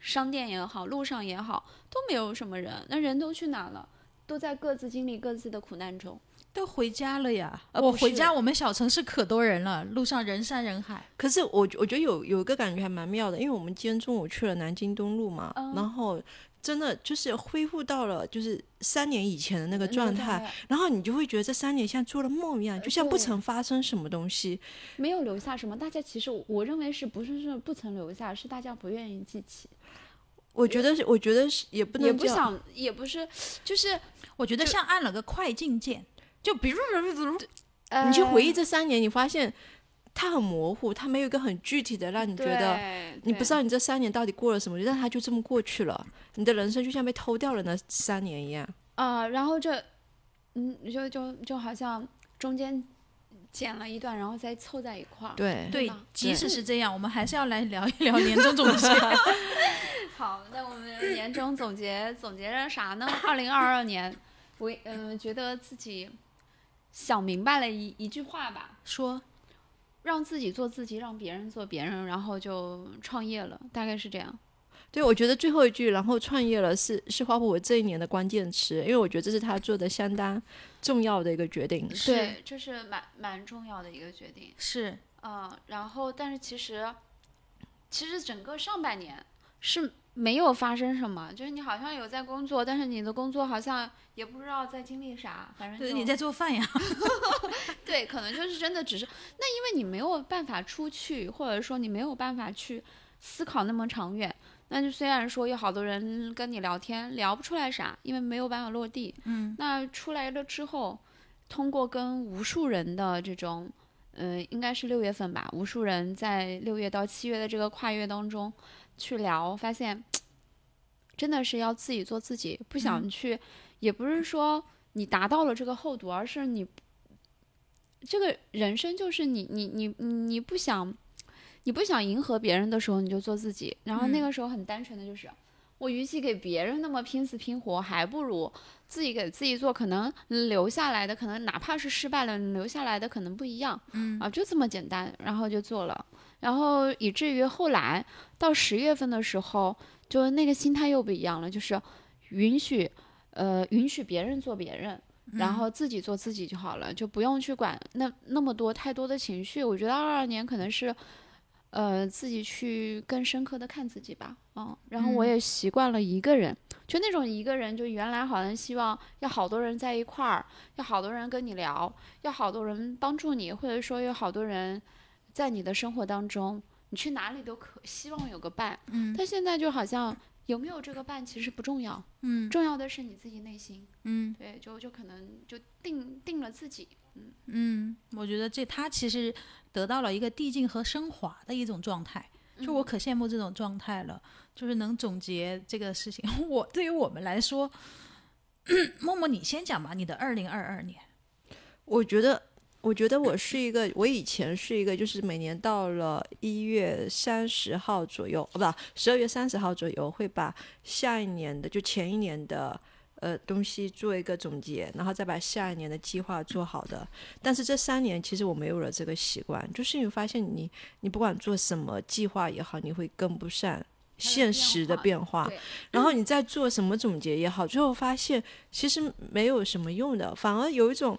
Speaker 4: 商店也好，路上也好，都没有什么人，那人都去哪了？都在各自经历各自的苦难中。
Speaker 2: 都回家了呀！
Speaker 4: 呃
Speaker 2: 我
Speaker 4: 不
Speaker 2: 回
Speaker 4: 是
Speaker 2: 家，我们小城市可多人了，路上人山人海。
Speaker 3: 可是我我觉得有有一个感觉还蛮妙的，因为我们今天中午去了南京东路嘛，
Speaker 4: 嗯
Speaker 3: 然后真的就是恢复到了就是三年以前的那个状态，，然后你就会觉得这三年像做了梦一样，就像不
Speaker 4: 对
Speaker 3: 曾发生什么东西。
Speaker 4: 没有留下什么。大家其实我我认为是不是是不曾留下，是大家不愿意记起，
Speaker 3: 我觉得是，我觉得是也不
Speaker 4: 也
Speaker 3: 能
Speaker 4: 不
Speaker 3: 叫
Speaker 4: 想，也不是，就是
Speaker 2: 我觉得像按了个快进键，就比如
Speaker 4: 呃
Speaker 3: 你去
Speaker 4: 哎
Speaker 3: 回忆这三年，你发现它很模糊，它没有一个很具体的让你觉得。
Speaker 4: 得
Speaker 3: 你不知道你这三年到底过了什么，但它就这么过去了。你的人生就像被偷掉了那三年一样。
Speaker 4: 啊、然后这，嗯，就就就好像中间剪了一段，然后再凑在一块儿。，
Speaker 3: 对，
Speaker 2: 对
Speaker 4: 吧，
Speaker 2: 即使是
Speaker 4: 嗯
Speaker 2: 这样，我们还是要来聊一聊年终总结。
Speaker 4: 好，那我们年终总结总结了啥呢？二零二二年，我嗯、觉得自己想明白了一一句话吧，
Speaker 2: 说
Speaker 4: 让自己做自己，让别人做别人，然后就创业了，大概是这样。
Speaker 3: 对，我觉得最后一句，然后创业了是是花圃这一年的关键词，因为我觉得这是他做的相当重要的一个决定。
Speaker 2: 是
Speaker 4: 对，这是蛮蛮重要的一个决定。
Speaker 2: 是
Speaker 4: 嗯，然后但是其实，其实整个上半年是没有发生什么，就是你好像有在工作，但是你的工作好像也不知道在经历啥，反正
Speaker 2: 对
Speaker 4: 就
Speaker 2: 你在做饭呀，
Speaker 4: 对，可能就是真的只是那，因为你没有办法出去，或者说你没有办法去思考那么长远。那就虽然说有好多人跟你聊天，聊不出来啥，因为没有办法落地。
Speaker 2: 嗯，
Speaker 4: 那出来了之后，通过跟无数人的这种，嗯、应该是六月份吧，无数人在六月到七月的这个跨越当中去聊，发现真的是要自己做自己，不想去，也不是说你达到了这个厚度，而是你这个人生就是你你你你不想，你不想迎合别人的时候，你就做自己。然后
Speaker 2: 嗯
Speaker 4: 那个时候很单纯的就是，我与其给别人那么拼死拼活，还不如自己给自己做。可能留下来的，可能哪怕是失败了，留下来的可能不一样。
Speaker 2: 嗯
Speaker 4: 啊，就这么简单，然后就做了，然后以至于后来到十月份的时候，就那个心态又不一样了，就是允许，呃，允许别人做别人，然
Speaker 2: 嗯
Speaker 4: 后自己做自己就好了，就不用去管那那么多太多的情绪。我觉得二二年可能是，呃，自己去更深刻的看自己吧，嗯，然后我
Speaker 2: 嗯
Speaker 4: 也习惯了一个人，就那种一个人，就原来好像希望要好多人在一块儿，要好多人跟你聊，要好多人帮助你，或者说有好多人在你的生活当中，你去哪里都可希望有个伴。
Speaker 2: 嗯
Speaker 4: 但现在就好像有没有这个伴其实不重要，
Speaker 2: 嗯
Speaker 4: 重要的是你自己内心。
Speaker 2: 嗯
Speaker 4: 对，就就可能就定定了自己。
Speaker 2: 嗯，我觉得这他其实得到了一个递进和升华的一种状态。就我
Speaker 4: 嗯
Speaker 2: 可羡慕这种状态了，就是能总结这个事情。 我对于我们来说， 默默你先讲吧，你的二零二二年，
Speaker 3: 我觉得，我觉得我是一个，我以前是一个，就是每年到了一月三十号左右，哦，不，十二月三十号左右会把下一年的，就前一年的。呃，东西做一个总结，然后再把下一年的计划做好的。但是这三年其实我没有了这个习惯，就是你发现你你不管做什么计划也好，你会跟不上现实的变化，
Speaker 4: 对
Speaker 3: 然后你再做什么总结也好，最后发现其实没有什么用的，反而有一种，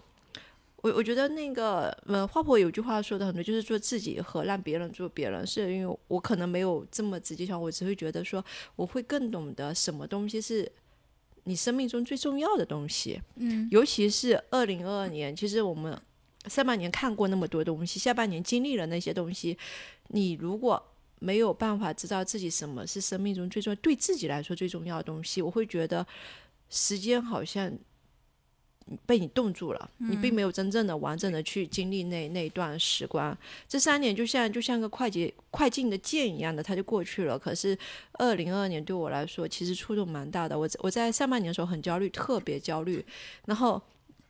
Speaker 3: 我我觉得那个呃，花婆有句话说的很对，就是做自己和让别人做别人，是因为我可能没有这么直接想，我只会觉得说我会更懂得什么东西是你生命中最重要的东西，
Speaker 2: 嗯
Speaker 3: 尤其是二零二二年，其实我们上半年看过那么多东西，下半年经历了那些东西，你如果没有办法知道自己什么是生命中最重要，对自己来说最重要的东西，我会觉得时间好像被你冻住了，你并没有真正的完整的去经历那那一段时光。这三年就像就像个快捷快进的箭一样的，它就过去了。可是二零二二年对我来说其实触动蛮大的。我我在上半年的时候很焦虑，特别焦虑。然后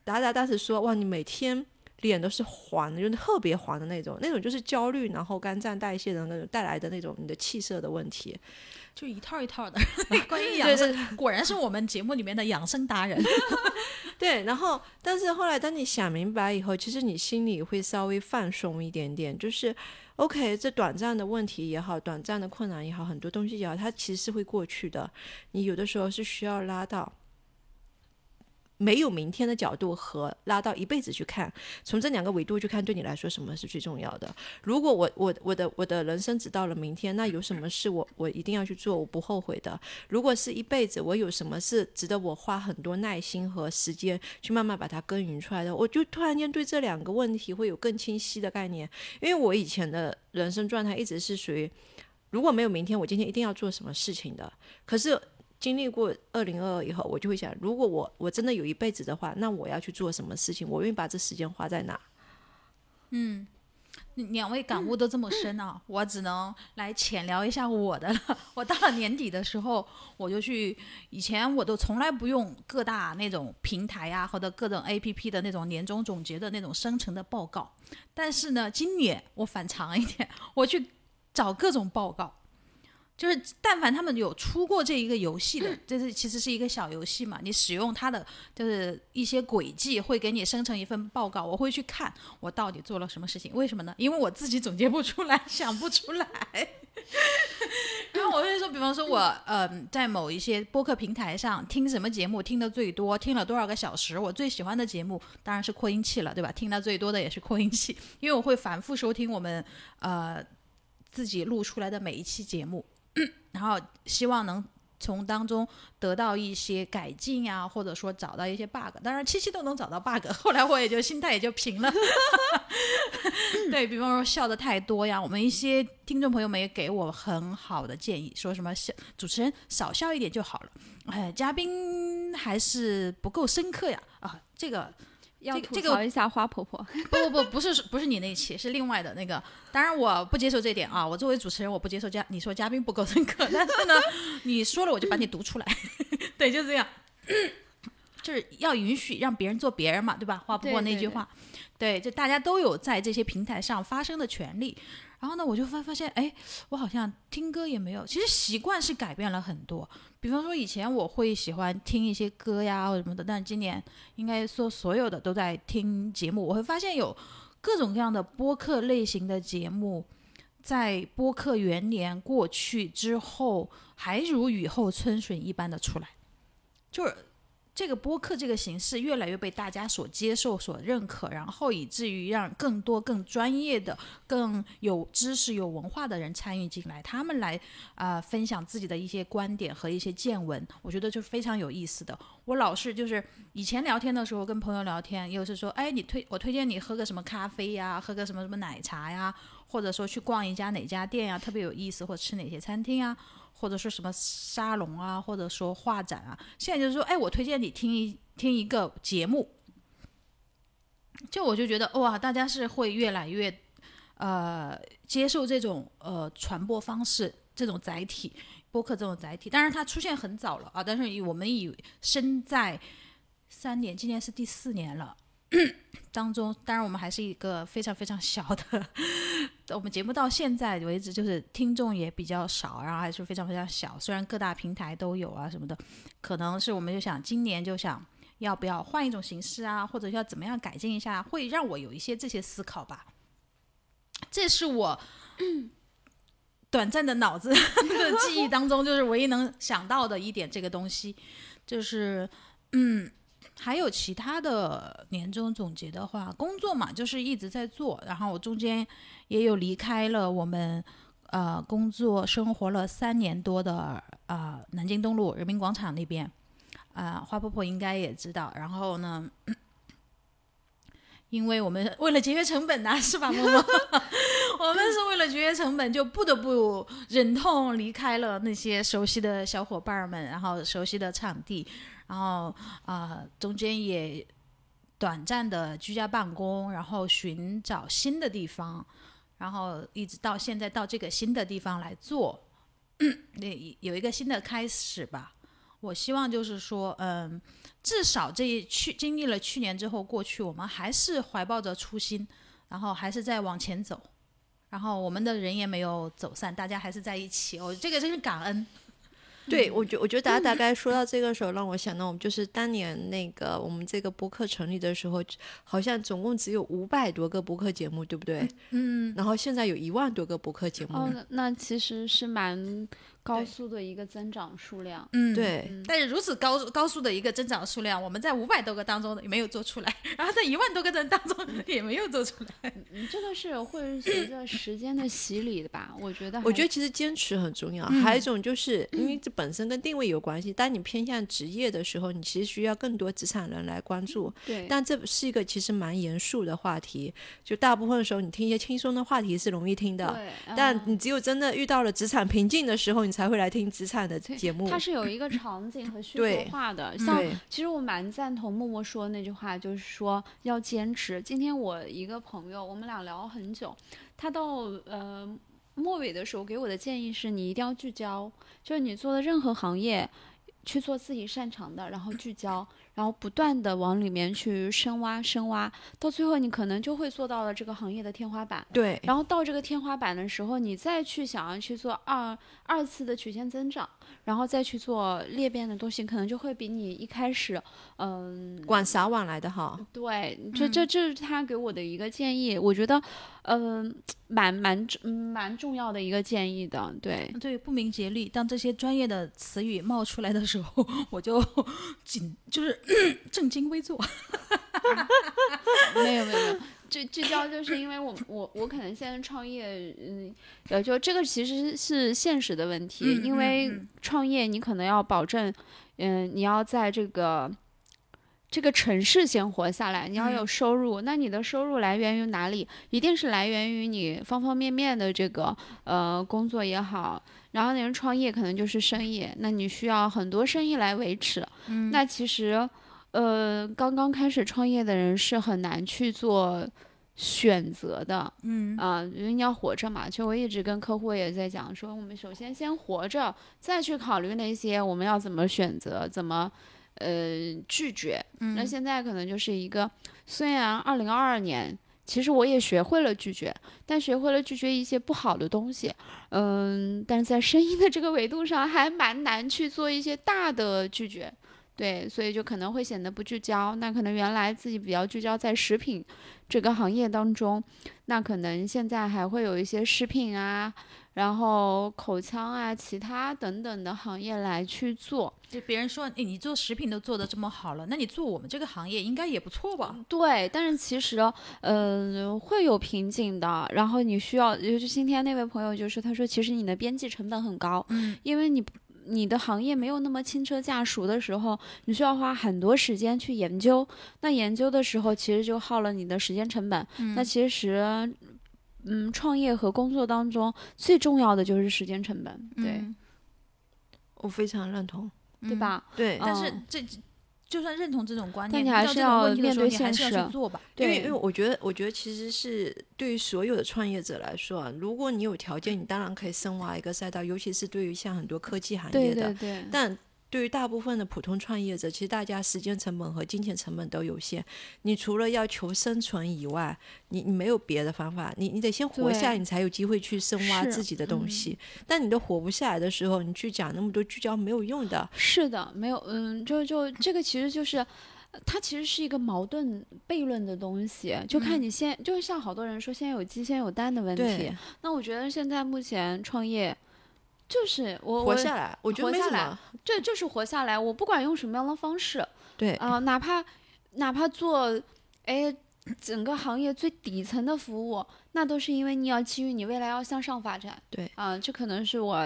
Speaker 3: 达达当时说：“哇，你每天脸都是黄的，就是特别黄的那种，那种就是焦虑，然后肝脏代谢的那种带来的那种你的气色的问题。
Speaker 2: 就一套一套的 关于养生，果然是我们节目里面的养生达人。
Speaker 3: 对，然后但是后来当你想明白以后，其实你心里会稍微放松一点点，就是 OK，这短暂的问题也好，短暂的困难也好，很多东西也好，它其实是会过去的。你有的时候是需要拉到。没有明天的角度和拉到一辈子去看，从这两个维度去看，对你来说什么是最重要的？如果我我我的我的人生只到了明天，那有什么事我我一定要去做，我不后悔的。如果是一辈子，我有什么是值得我花很多耐心和时间去慢慢把它耕耘出来的？我就突然间对这两个问题会有更清晰的概念，因为我以前的人生状态一直是属于，如果没有明天，我今天一定要做什么事情的。可是经历过二零二二以后，我就会想，如果我我真的有一辈子的话，那我要去做什么事情？我愿意把这时间花在哪？
Speaker 2: 两位感悟都这么深啊，我只能来浅聊一下我的了。 我到了年底的时候，我就去，以前我都从来不用各大那种平台啊，或者各种 APP 的那种年终总结的那种生成的报告，但是呢，今年我反常一点，我去找各种报告。就是，但凡他们有出过这一个游戏的，这是其实是一个小游戏嘛。你使用它的就是一些轨迹，会给你生成一份报告。我会去看，我到底做了什么事情？为什么呢？因为我自己总结不出来， 想不出来。然后我会说，比方说我，嗯、在某一些播客平台上听什么节目听的最多，听了多少个小时，我最喜欢的节目当然是扩音器了，对吧？听的最多的也是扩音器，因为我会反复收听我们呃自己录出来的每一期节目， 然后希望能。从当中得到一些改进呀、或者说找到一些 bug，当然七七都能找到 bug。后来我也就心态也就平了，对比方说笑的太多呀，我们一些听众朋友们也给我很好的建议，说什么笑主持人少笑一点就好了，哎，嘉宾还是不够深刻呀，啊，这个
Speaker 4: 要
Speaker 2: 这个
Speaker 4: 吐
Speaker 2: 这个
Speaker 4: 槽一下花婆婆，
Speaker 2: 不不不，不是不是你那期，是另外的那个。当然我不接受这点啊，我作为主持人我不接受嘉你说嘉宾不够 深刻，但是呢，你说了我就把你读出来，对，就这样。就是要允许让别人做别人嘛，对吧？花婆婆
Speaker 4: 对
Speaker 2: 那
Speaker 4: 对
Speaker 2: 句
Speaker 4: 对
Speaker 2: 话，对就大家都有在这些平台上发声的权利。然后呢，我就发发现，哎，我好像听歌也没有。其实习惯是改变了很多，比方说以前我会喜欢听一些歌呀或者什么的，但是今年应该说所有的都在听节目，我会发现有各种各样的播客类型的节目，在播客元年过去之后，还如雨后春笋一般的出来，就是这个播客这个形式越来越被大家所接受、所认可，然后以至于让更多更专业的、更有知识、有文化的人参与进来，他们来啊、呃分享自己的一些观点和一些见闻，我觉得就是非常有意思的。我老是就是以前聊天的时候跟朋友聊天，又是说，哎，你推我推荐你喝个什么咖啡呀，喝个什么什么奶茶呀，或者说去逛一家哪家店呀，特别有意思，或者吃哪些餐厅啊，或者说什么沙龙啊，或者说画展啊。现在就是说，哎，我推荐你听一听一个节目，就我就觉得哇，大家是会越来越呃接受这种呃传播方式这种载体。播客这种载体，当然它出现很早了啊，但是以我们以身在三年，今年是第四年了。 当中，当然我们还是一个非常非常小的， 我们节目到现在为止就是听众也比较少，然后还是非常非常小。虽然各大平台都有啊什么的，可能是我们就想今年就想要不要换一种形式啊，或者要怎么样改进一下，会让我有一些这些思考吧。这是我短暂的脑子 的记忆当中，就是唯一能想到的一点这个东西，就是嗯。还有其他的年终总结的话，工作嘛，就是一直在做，然后我中间也有离开了我们呃工作生活了三年多的啊、呃南京东路人民广场那边，啊、花婆婆应该也知道。然后呢， 因为我们为了节约成本呐、是吧，默默？ 我们是为了节约成本，就不得不忍痛离开了那些熟悉的小伙伴们，然后熟悉的场地，然后啊、中间也短暂的居家办公，然后寻找新的地方，然后一直到现在到这个新的地方来做， 那有一个新的开始吧。我希望就是说，嗯，至少这一去经历了去年之后过去，我们还是怀抱着初心，然后还是在往前走，然后我们的人也没有走散，大家还是在一起。哦，这个真是感恩。
Speaker 3: 对，我觉我觉得大
Speaker 4: 嗯
Speaker 3: 家大概说到这个时候，让我想到我们就是当年那个我们这个播客成立的时候，好像总共只有五百多个播客节目，对不对？
Speaker 2: 嗯，
Speaker 3: 然后现在有一万多个播客节目，
Speaker 4: 哦，那那其实是蛮高
Speaker 2: 对
Speaker 4: 速的一个增长数量。
Speaker 2: 嗯，。
Speaker 3: 对，
Speaker 4: 嗯，
Speaker 2: 但是如此高高速的一个增长数量，我们在五百多个当中也没有做出来，然后在一万多个人当中也没有做出来。
Speaker 4: 嗯这个是会随着时间的洗礼的吧？我觉得还，嗯
Speaker 3: 我觉得其实坚持很重要，还有一种就是因为这本身跟定位有关系。当你偏向职业的时候，你其实需要更多职场人来关注。
Speaker 4: 对，
Speaker 3: 但这是一个其实蛮严肃的话题，就大部分的时候你听一些轻松的话题是容易听的，
Speaker 4: 对，
Speaker 3: 但
Speaker 4: 嗯
Speaker 3: 你只有真的遇到了职场瓶颈的时候，你才会来听职场的
Speaker 4: 对
Speaker 3: 节目
Speaker 4: 它。是有一个场景和需
Speaker 3: 对
Speaker 4: 求化的。像
Speaker 3: 对，
Speaker 4: 其实我蛮赞同默默说的那句话，就是说要坚持。今天我一个朋友，我们俩聊了很久，他到呃末尾的时候给我的建议是，你一定要聚焦，就是你做的任何行业，去做自己擅长的，然后聚焦，然后不断的往里面去深挖深挖，到最后你可能就会做到了这个行业的天花板。
Speaker 3: 对，
Speaker 4: 然后到这个天花板的时候，你再去想要去做二二次的曲线增长，然后再去做裂变的东西，可能就会比你一开始，嗯，
Speaker 3: 广撒网来的哈，
Speaker 4: 对，这这这是他给我的一个建议，我觉得，嗯、蛮蛮嗯蛮重要的一个建议的，对，
Speaker 2: 嗯对，不明觉厉。当这些专业的词语冒出来的时候， 我就紧就是 正襟危坐。
Speaker 4: 没有没有没有，聚聚焦就是因为我我我可能现在创业，嗯，呃，就这个其实是现实的问题，
Speaker 2: 嗯
Speaker 4: 因
Speaker 2: 嗯
Speaker 4: 为
Speaker 2: 嗯
Speaker 4: 创业你可能要保证，嗯、你要在这个这个城市先活下来，你要
Speaker 2: 嗯
Speaker 4: 有收入，那你的收入来源于哪里？一定是来源于你方方面面的这个呃工作也好。然后，人创业可能就是生意，那你需要很多生意来维持。
Speaker 2: 嗯
Speaker 4: 那其实，呃，刚刚开始创业的人是很难去做选择的，
Speaker 2: 嗯
Speaker 4: 啊、因为你要活着嘛。就我一直跟客户也在讲说，我们首先先活着，再去考虑那些我们要怎么选择，怎么呃拒绝。那现在可能就是一个，虽然二零二二年。其实我也学会了拒绝，但学会了拒绝一些不好的东西，嗯，但是在声音的这个维度上，还蛮难去做一些大的拒绝，对，所以就可能会显得不聚焦。那可能原来自己比较聚焦在食品这个行业当中，那可能现在还会有一些食品啊，然后口腔啊，其他等等的行业来去做。
Speaker 2: 就别人说，哎，你做食品都做得这么好了，那你做我们这个行业应该也不错吧？
Speaker 4: 对，但是其实，嗯、会有瓶颈的。然后你需要，就是今天那位朋友就说，他说其实你的边际成本很高，
Speaker 2: 嗯，
Speaker 4: 因为你你的行业没有那么轻车驾熟的时候，你需要花很多时间去研究。那研究的时候，其实就耗了你的时间成本。
Speaker 3: 嗯
Speaker 4: 那其实，嗯，创业和工作当中最重要的就是时间成本，对、
Speaker 2: 嗯，
Speaker 3: 我非常认同。哦
Speaker 4: 对
Speaker 2: 嗯？
Speaker 4: 吧？
Speaker 3: 对，
Speaker 2: 但是
Speaker 4: 嗯
Speaker 2: 这就算认同这种观
Speaker 4: 但
Speaker 2: 念，
Speaker 4: 你
Speaker 2: 遇
Speaker 4: 还
Speaker 2: 到
Speaker 4: 是
Speaker 2: 这种
Speaker 4: 要
Speaker 2: 问题的
Speaker 4: 面
Speaker 2: 时候，
Speaker 4: 对
Speaker 2: 你还是
Speaker 4: 现
Speaker 2: 要去
Speaker 4: 实
Speaker 2: 做吧。
Speaker 3: 因为因
Speaker 4: 对
Speaker 3: 为我觉得，我觉得其实是对于所有的创业者来说啊，如果你有条件，你当然可以深挖一个赛道，尤其是对于像很多科技行业
Speaker 4: 对
Speaker 3: 的。
Speaker 4: 对对，
Speaker 3: 但对于大部分的普通创业者，其实大家时间成本和金钱成本都有限。你除了要求生存以外，你你没有别的方法，你你得先活下来，
Speaker 4: 对
Speaker 3: 你才有机会去深挖
Speaker 4: 是嗯
Speaker 3: 自己的东西。但你都活不下来的时候，你去讲那么多聚焦没有用的。
Speaker 4: 是的，没有，嗯，就就这个其实就是，呃它其实是一个矛盾悖论的东西，就看你先，就像好多人说先有鸡先有蛋的问题
Speaker 3: 嗯对，，
Speaker 4: 那我觉得现在目前创业。就是我
Speaker 3: 活
Speaker 4: 我
Speaker 3: 下来，我觉得
Speaker 4: 活
Speaker 3: 没
Speaker 4: 下
Speaker 3: 什
Speaker 4: 来
Speaker 3: 么。
Speaker 4: 这就是活下来，我不管用什么样的方式
Speaker 3: 对，
Speaker 4: 啊、哪怕哪怕做哎整个行业最底层的服务，那都是因为你要基于你未来要向上发展。
Speaker 3: 对
Speaker 4: 啊、这可能是我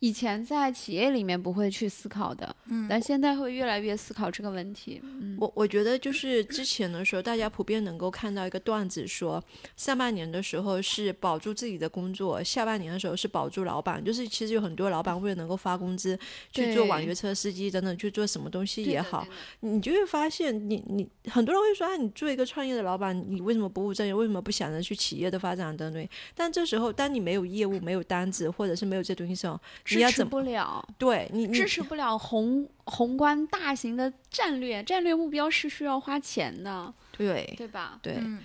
Speaker 4: 以前在企业里面不会去思考的，
Speaker 2: 嗯
Speaker 4: 但现在会越来越思考这个问题。
Speaker 3: 我我觉得就是之前的时候，大家普遍能够看到一个段子说，上半年的时候是保住自己的工作，下半年的时候是保住老板。就是其实有很多老板为了能够发工资，去做
Speaker 4: 对
Speaker 3: 网约车司机等等，去做什么东西也好，
Speaker 4: 对的，
Speaker 3: 你就会发现你，你很多人会说啊，你做一个创业的老板，你为什么不务正业？为什么不想着去企业的发展等等？但这时候，当你没有业务、没有单子，或者是没有这东西的时候，你
Speaker 4: 对的
Speaker 3: 要
Speaker 4: 支持
Speaker 3: 怎么
Speaker 4: 不了，
Speaker 3: 对你你
Speaker 4: 支持不了宏宏观大型的战略，战略目标是需要花钱的，
Speaker 3: 对
Speaker 4: 对吧？
Speaker 3: 对。
Speaker 2: 嗯，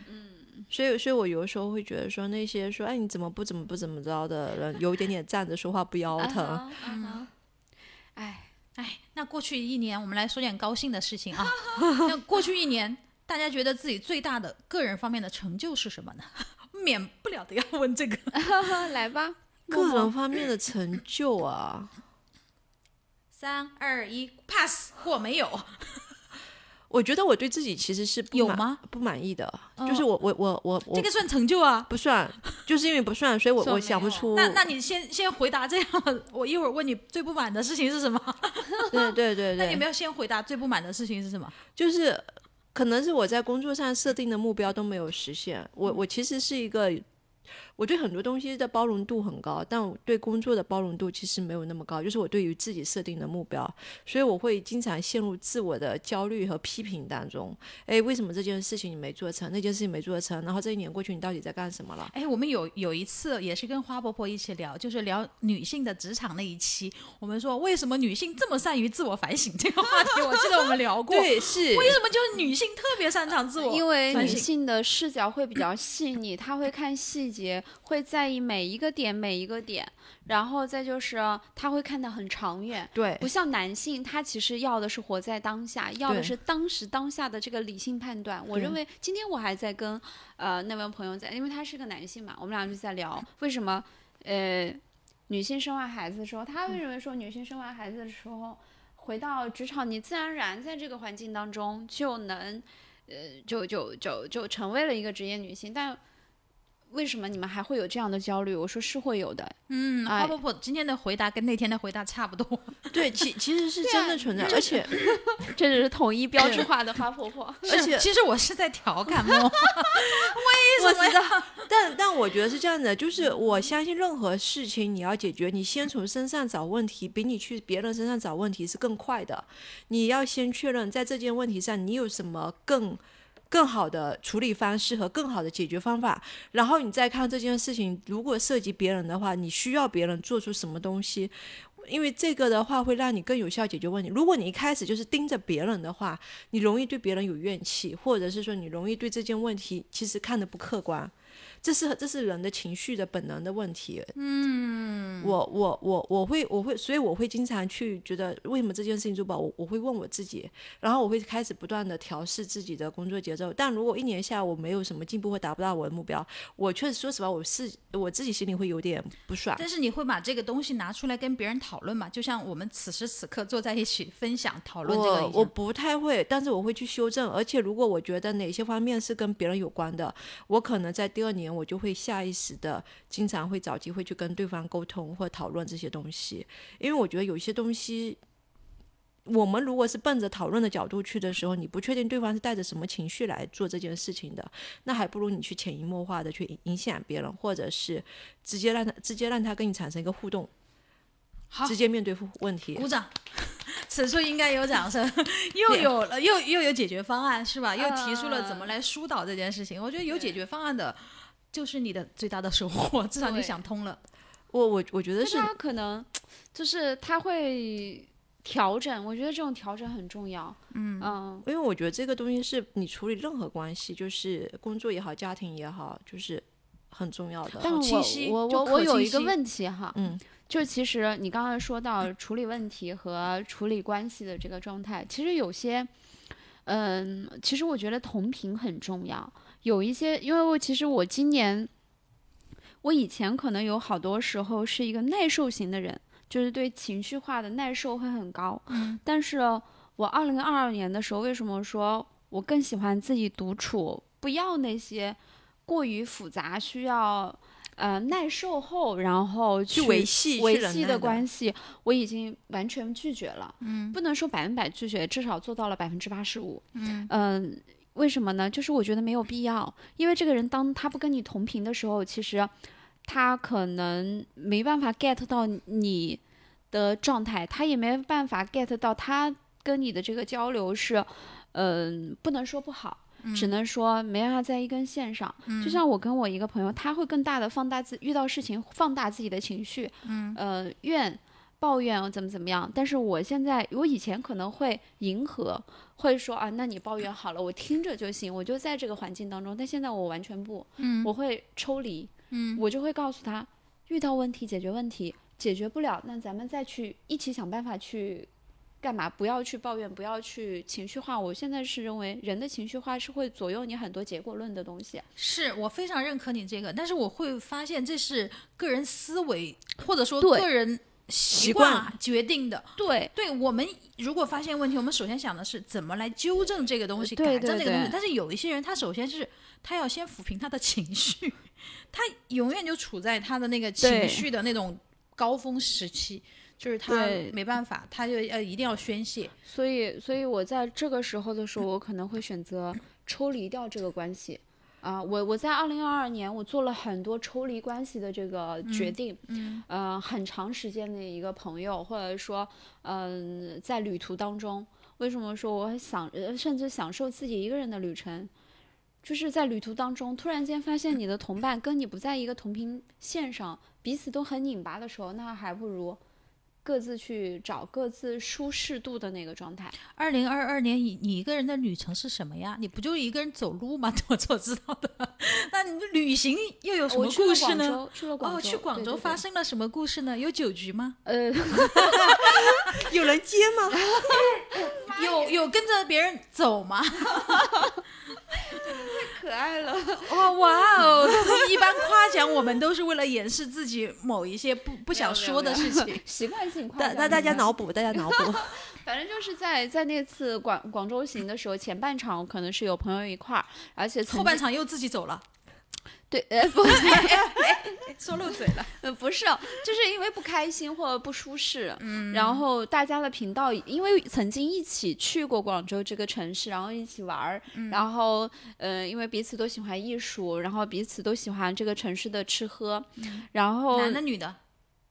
Speaker 3: 所以，所以我有的时候会觉得说，那些说“哎，你怎么不怎么不怎么着”的人，有一点点站着说话不腰
Speaker 4: 啊
Speaker 3: 疼。
Speaker 4: 哈，啊哈哎，
Speaker 2: 哎，那过去一年我们来说点高兴的事 情啊。那过去一年，大家觉得自己最大的个人方面的成就是什么呢？ 免不了的要问这个。
Speaker 3: 嗯
Speaker 4: 来吧，
Speaker 3: 个
Speaker 4: 默默
Speaker 3: 人方面的成就啊，
Speaker 2: 三二一，pass 过没有？
Speaker 3: 我觉得我对自己其实是不
Speaker 2: 有
Speaker 3: 满
Speaker 2: 吗？嗯
Speaker 3: 不满意的，就是我我我我我
Speaker 2: 这个算成就啊。
Speaker 3: 不算，就是因为不算，所以我
Speaker 4: 算
Speaker 3: 我
Speaker 4: 没
Speaker 3: 想不
Speaker 4: 有
Speaker 3: 出。
Speaker 2: 那那你先先回答这样，我一会儿问你最不满的事情是什么？哎
Speaker 3: 对对对
Speaker 2: 那你
Speaker 3: 对，
Speaker 2: 们要先回答最不满的事情是什么？
Speaker 3: 就是可能是我在工作上设定的目标都没有实现。我我其实是一个。我对很多东西的包容度很高，但我对工作的包容度其实没有那么高，就是我对于自己设定的目标，所以我会经常陷入自我的焦虑和批评当中。哎，为什么这件事情你没做成，那件事情没做成？然后这一年过去，你到底在干什么了？
Speaker 2: 哎，我们有有一次也是跟花婆婆一起聊，就是聊女性的职场那一期，我们说为什么女性这么善于自我反省这个话
Speaker 4: 哎
Speaker 2: 题，我记得我们聊过。
Speaker 3: 对，是
Speaker 2: 为什么就是女性特别擅长自我？
Speaker 4: 因为
Speaker 2: 反
Speaker 4: 女
Speaker 2: 省
Speaker 4: 性的视角会比较细腻，她会看细节，会在意每一个点每一个点，然后再就是她会看得很长远。
Speaker 3: 对
Speaker 4: 不像男性，他其实要的是活在当下，要的
Speaker 3: 对
Speaker 4: 是当时当下的这个理性判断。我
Speaker 3: 对
Speaker 4: 认为今天我还在跟呃那位朋友在，因为他是个男性嘛，我们俩就在聊为什么呃女性生完孩子的时候，
Speaker 3: 嗯
Speaker 4: 他会认为说女性生完孩子的时候回到职场，你自然而然在这个环境当中就能呃就就就就成为了一个职业女性，但。为什么你们还会有这样的焦虑？我说是会有的，
Speaker 2: 嗯，
Speaker 4: 哎
Speaker 2: 花婆婆今天的回答跟那天的回答差不多。
Speaker 3: 对，其其实是真的存在，而且
Speaker 4: 这就是统一标志化的花婆婆。
Speaker 3: 而且
Speaker 2: 是其实我是在调侃哦。
Speaker 3: 我知道， 但但我觉得是这样的，就是我相信任何事情你要解决，你先从身上找问题，比你去别人身上找问题是更快的。你要先确认在这件问题上你有什么更。更好的处理方式和更好的解决方法，然后你再看这件事情，如果涉及别人的话，你需要别人做出什么东西？因为这个的话会让你更有效解决问题。如果你一开始就是盯着别人的话，你容易对别人有怨气，或者是说你容易对这件问题其实看的不客观。这是这是人的情绪的本能的问题。嗯，我我我我会我会，所以我会经常去觉得为什么这件事情做不好，我我会问我自己，然后我会开始不断的调试自己的工作节奏。但如果一年下来我没有什么进步或达不到我的目标，我确实说实话，我是我自己心里会有点不爽。
Speaker 2: 但是你会把这个东西拿出来跟别人讨论嘛？就像我们此时此刻坐在一起分享讨论这个
Speaker 3: 我
Speaker 2: 一
Speaker 3: 我
Speaker 2: 样。
Speaker 3: 不太会，但是我会去修正。而且如果我觉得哪些方面是跟别人有关的，我可能在第二年我就会下意识的经常会找机会去跟对方沟通或讨论这些东西，因为我觉得有些东西。我们如果是奔着讨论的角度去的时候，你不确定对方是带着什么情绪来做这件事情的，那还不如你去潜移默化的去影影响别人，或者是直接让他直接让他跟你产生一个互动，
Speaker 2: 好
Speaker 3: 直接面对互问题。
Speaker 2: 鼓掌。 此处应该有掌声，又有了又又有解决方案是吧？又提出了怎么来疏导这件事情。我觉得有解决方案的，就是你的最大的收获，至少你
Speaker 4: 对
Speaker 2: 想通了。
Speaker 3: 我我我觉得
Speaker 4: 就是他可能就是他会调整，我觉得这种调整很重要。嗯
Speaker 3: 因为我觉得这个东西是你处理任何关系，就是工作也好，家庭也好，就是很重要的。
Speaker 4: 但
Speaker 2: 好
Speaker 4: 我
Speaker 2: 清晰
Speaker 4: 我
Speaker 2: 就
Speaker 4: 我
Speaker 2: 可
Speaker 4: 我有
Speaker 2: 清
Speaker 4: 一个
Speaker 2: 晰
Speaker 4: 问题哈，
Speaker 3: 嗯，
Speaker 4: 就其实你刚才说到处理问题和处理关系的这个状态，其实有些，嗯，其实我觉得同频很重要。有一些，因为我其实我今年，我以前可能有好多时候是一个耐受型的人，就是对情绪化的耐受会很高。嗯、但是我二零二二年的时候，为什么说我更喜欢自己独处，不要那些过于复杂需要。呃，耐受后，然后
Speaker 3: 去维系
Speaker 4: 维
Speaker 3: 去忍
Speaker 4: 系
Speaker 3: 耐的
Speaker 4: 关系，我已经完全拒绝了。嗯，不能说百分百拒绝，至少做到了百分之八十五。嗯为什么呢？就是我觉得没有必要，因为这个人当他不跟你同频的时候，其实他可能没办法 get 到你的状态，他也没办法 get 到他跟你的这个交流是，嗯、不能说不好。
Speaker 3: 嗯
Speaker 4: 只能说没办法在一根线上，就像我跟我一个朋友，他会更大的放大自遇到事情放大自己的情绪，嗯，呃怨抱怨怎么怎么样，但是我现在我以前可能会迎合，会说啊，那你抱怨好了，我听着就行，我就在这个环境当中，但现在我完全不，嗯，我会抽离，嗯，我就会告诉他，遇到问题解决问题，解决不了，那咱们再去一起想办法去干嘛？不要去抱怨，不要去情绪化。我现在是认为人的情绪化是会左右你很多结果论的东西。
Speaker 2: 是我非常认可你这个，但是我会发现这是个人思维或者说
Speaker 4: 对
Speaker 2: 个人习
Speaker 3: 习惯
Speaker 2: 惯决定的。
Speaker 4: 对，
Speaker 2: 对我们如果发现问题，我们首先想的是怎么来纠正这个东西，改
Speaker 4: 对
Speaker 2: 正这
Speaker 4: 对
Speaker 2: 个东西
Speaker 4: 对。
Speaker 2: 但是有一些人，他首先是他要先抚平他的情绪，他永远就处在他的那个情
Speaker 4: 对
Speaker 2: 绪的那种高峰时期，就是他
Speaker 4: 对
Speaker 2: 没办法，他就要呃一定要宣泄。
Speaker 4: 所以所以我在这个时候的时候，我可能会选择抽离掉这个关系。啊、我我在二零二二年，我做了很多抽离关系的这个决定，嗯，呃，很长时间的一个朋友，或者说，嗯、在旅途当中，为什么说我很享，呃甚至享受自己一个人的旅程，就是在旅途当中，突然间发现你的同伴跟你不在一个同频线上，彼此都很拧巴的时候，那还不如各自去找各自舒适度的那个状态。
Speaker 2: 二零二二年，你你一个人的旅程是什么呀？你不就一个人走路吗？ 我所知道的。那你旅行又有什么
Speaker 4: 我去
Speaker 2: 故
Speaker 4: 了
Speaker 2: 事
Speaker 4: 广
Speaker 2: 呢？
Speaker 4: 州，去了广州，
Speaker 2: 哦，去广
Speaker 4: 对
Speaker 2: 州
Speaker 4: 对对
Speaker 2: 发生了什么故事呢？有酒局吗？
Speaker 4: 呃，
Speaker 3: 有人接 吗？
Speaker 2: 有有跟着别人走 吗？
Speaker 4: 可爱了。
Speaker 2: 哦，哇哦！一般夸奖我们都是为了掩饰自己某一些不不想说的事情。
Speaker 4: 习惯性夸
Speaker 3: 大
Speaker 4: 奖。
Speaker 3: 大大家，脑补，大家脑 补。
Speaker 4: 反正就是在在那次广广州行的时候，前半场可能是有朋友一块儿，而且曾
Speaker 2: 后半
Speaker 4: 经
Speaker 2: 场又自己走 了，
Speaker 4: 对 呃不
Speaker 2: 说漏嘴 了。
Speaker 4: 呃不是，就是因为不开心或者不舒适，嗯，然后大家的频道因为曾经一起去过广州这个城市，然后一起玩儿，
Speaker 2: 嗯
Speaker 4: 然后呃因为彼此都喜欢艺术，然后彼此都喜欢这个城市的吃喝，然后
Speaker 2: 嗯男的女的？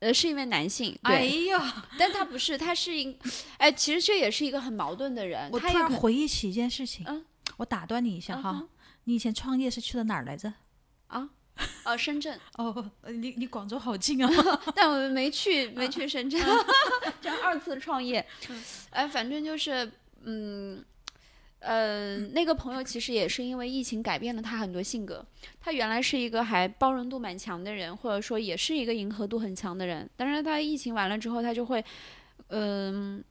Speaker 4: 呃是一位男性，对，
Speaker 2: 哎呀，
Speaker 4: 但他不是，他是一，哎，其实这也是一个很矛盾的人，
Speaker 2: 我
Speaker 4: 他
Speaker 2: 突
Speaker 4: 也
Speaker 2: 然
Speaker 4: 可
Speaker 2: 回忆起一件事情
Speaker 4: 嗯，
Speaker 2: 我打断你一下
Speaker 4: 嗯
Speaker 2: 哈
Speaker 4: 哼。
Speaker 2: 你以前创业是去了哪儿来着？
Speaker 4: 啊，呃，深圳，
Speaker 2: 哦，
Speaker 4: 呃
Speaker 2: 你你广州好近啊！
Speaker 4: 但我没去，没去深圳， 这样二次创业。哎，反正就是，嗯，呃，那个朋友其实也是因为疫情改变了他很多性格。他原来是一个还包容度蛮强的人，或者说也是一个迎合度很强的人，但是他疫情完了之后，他就会，嗯，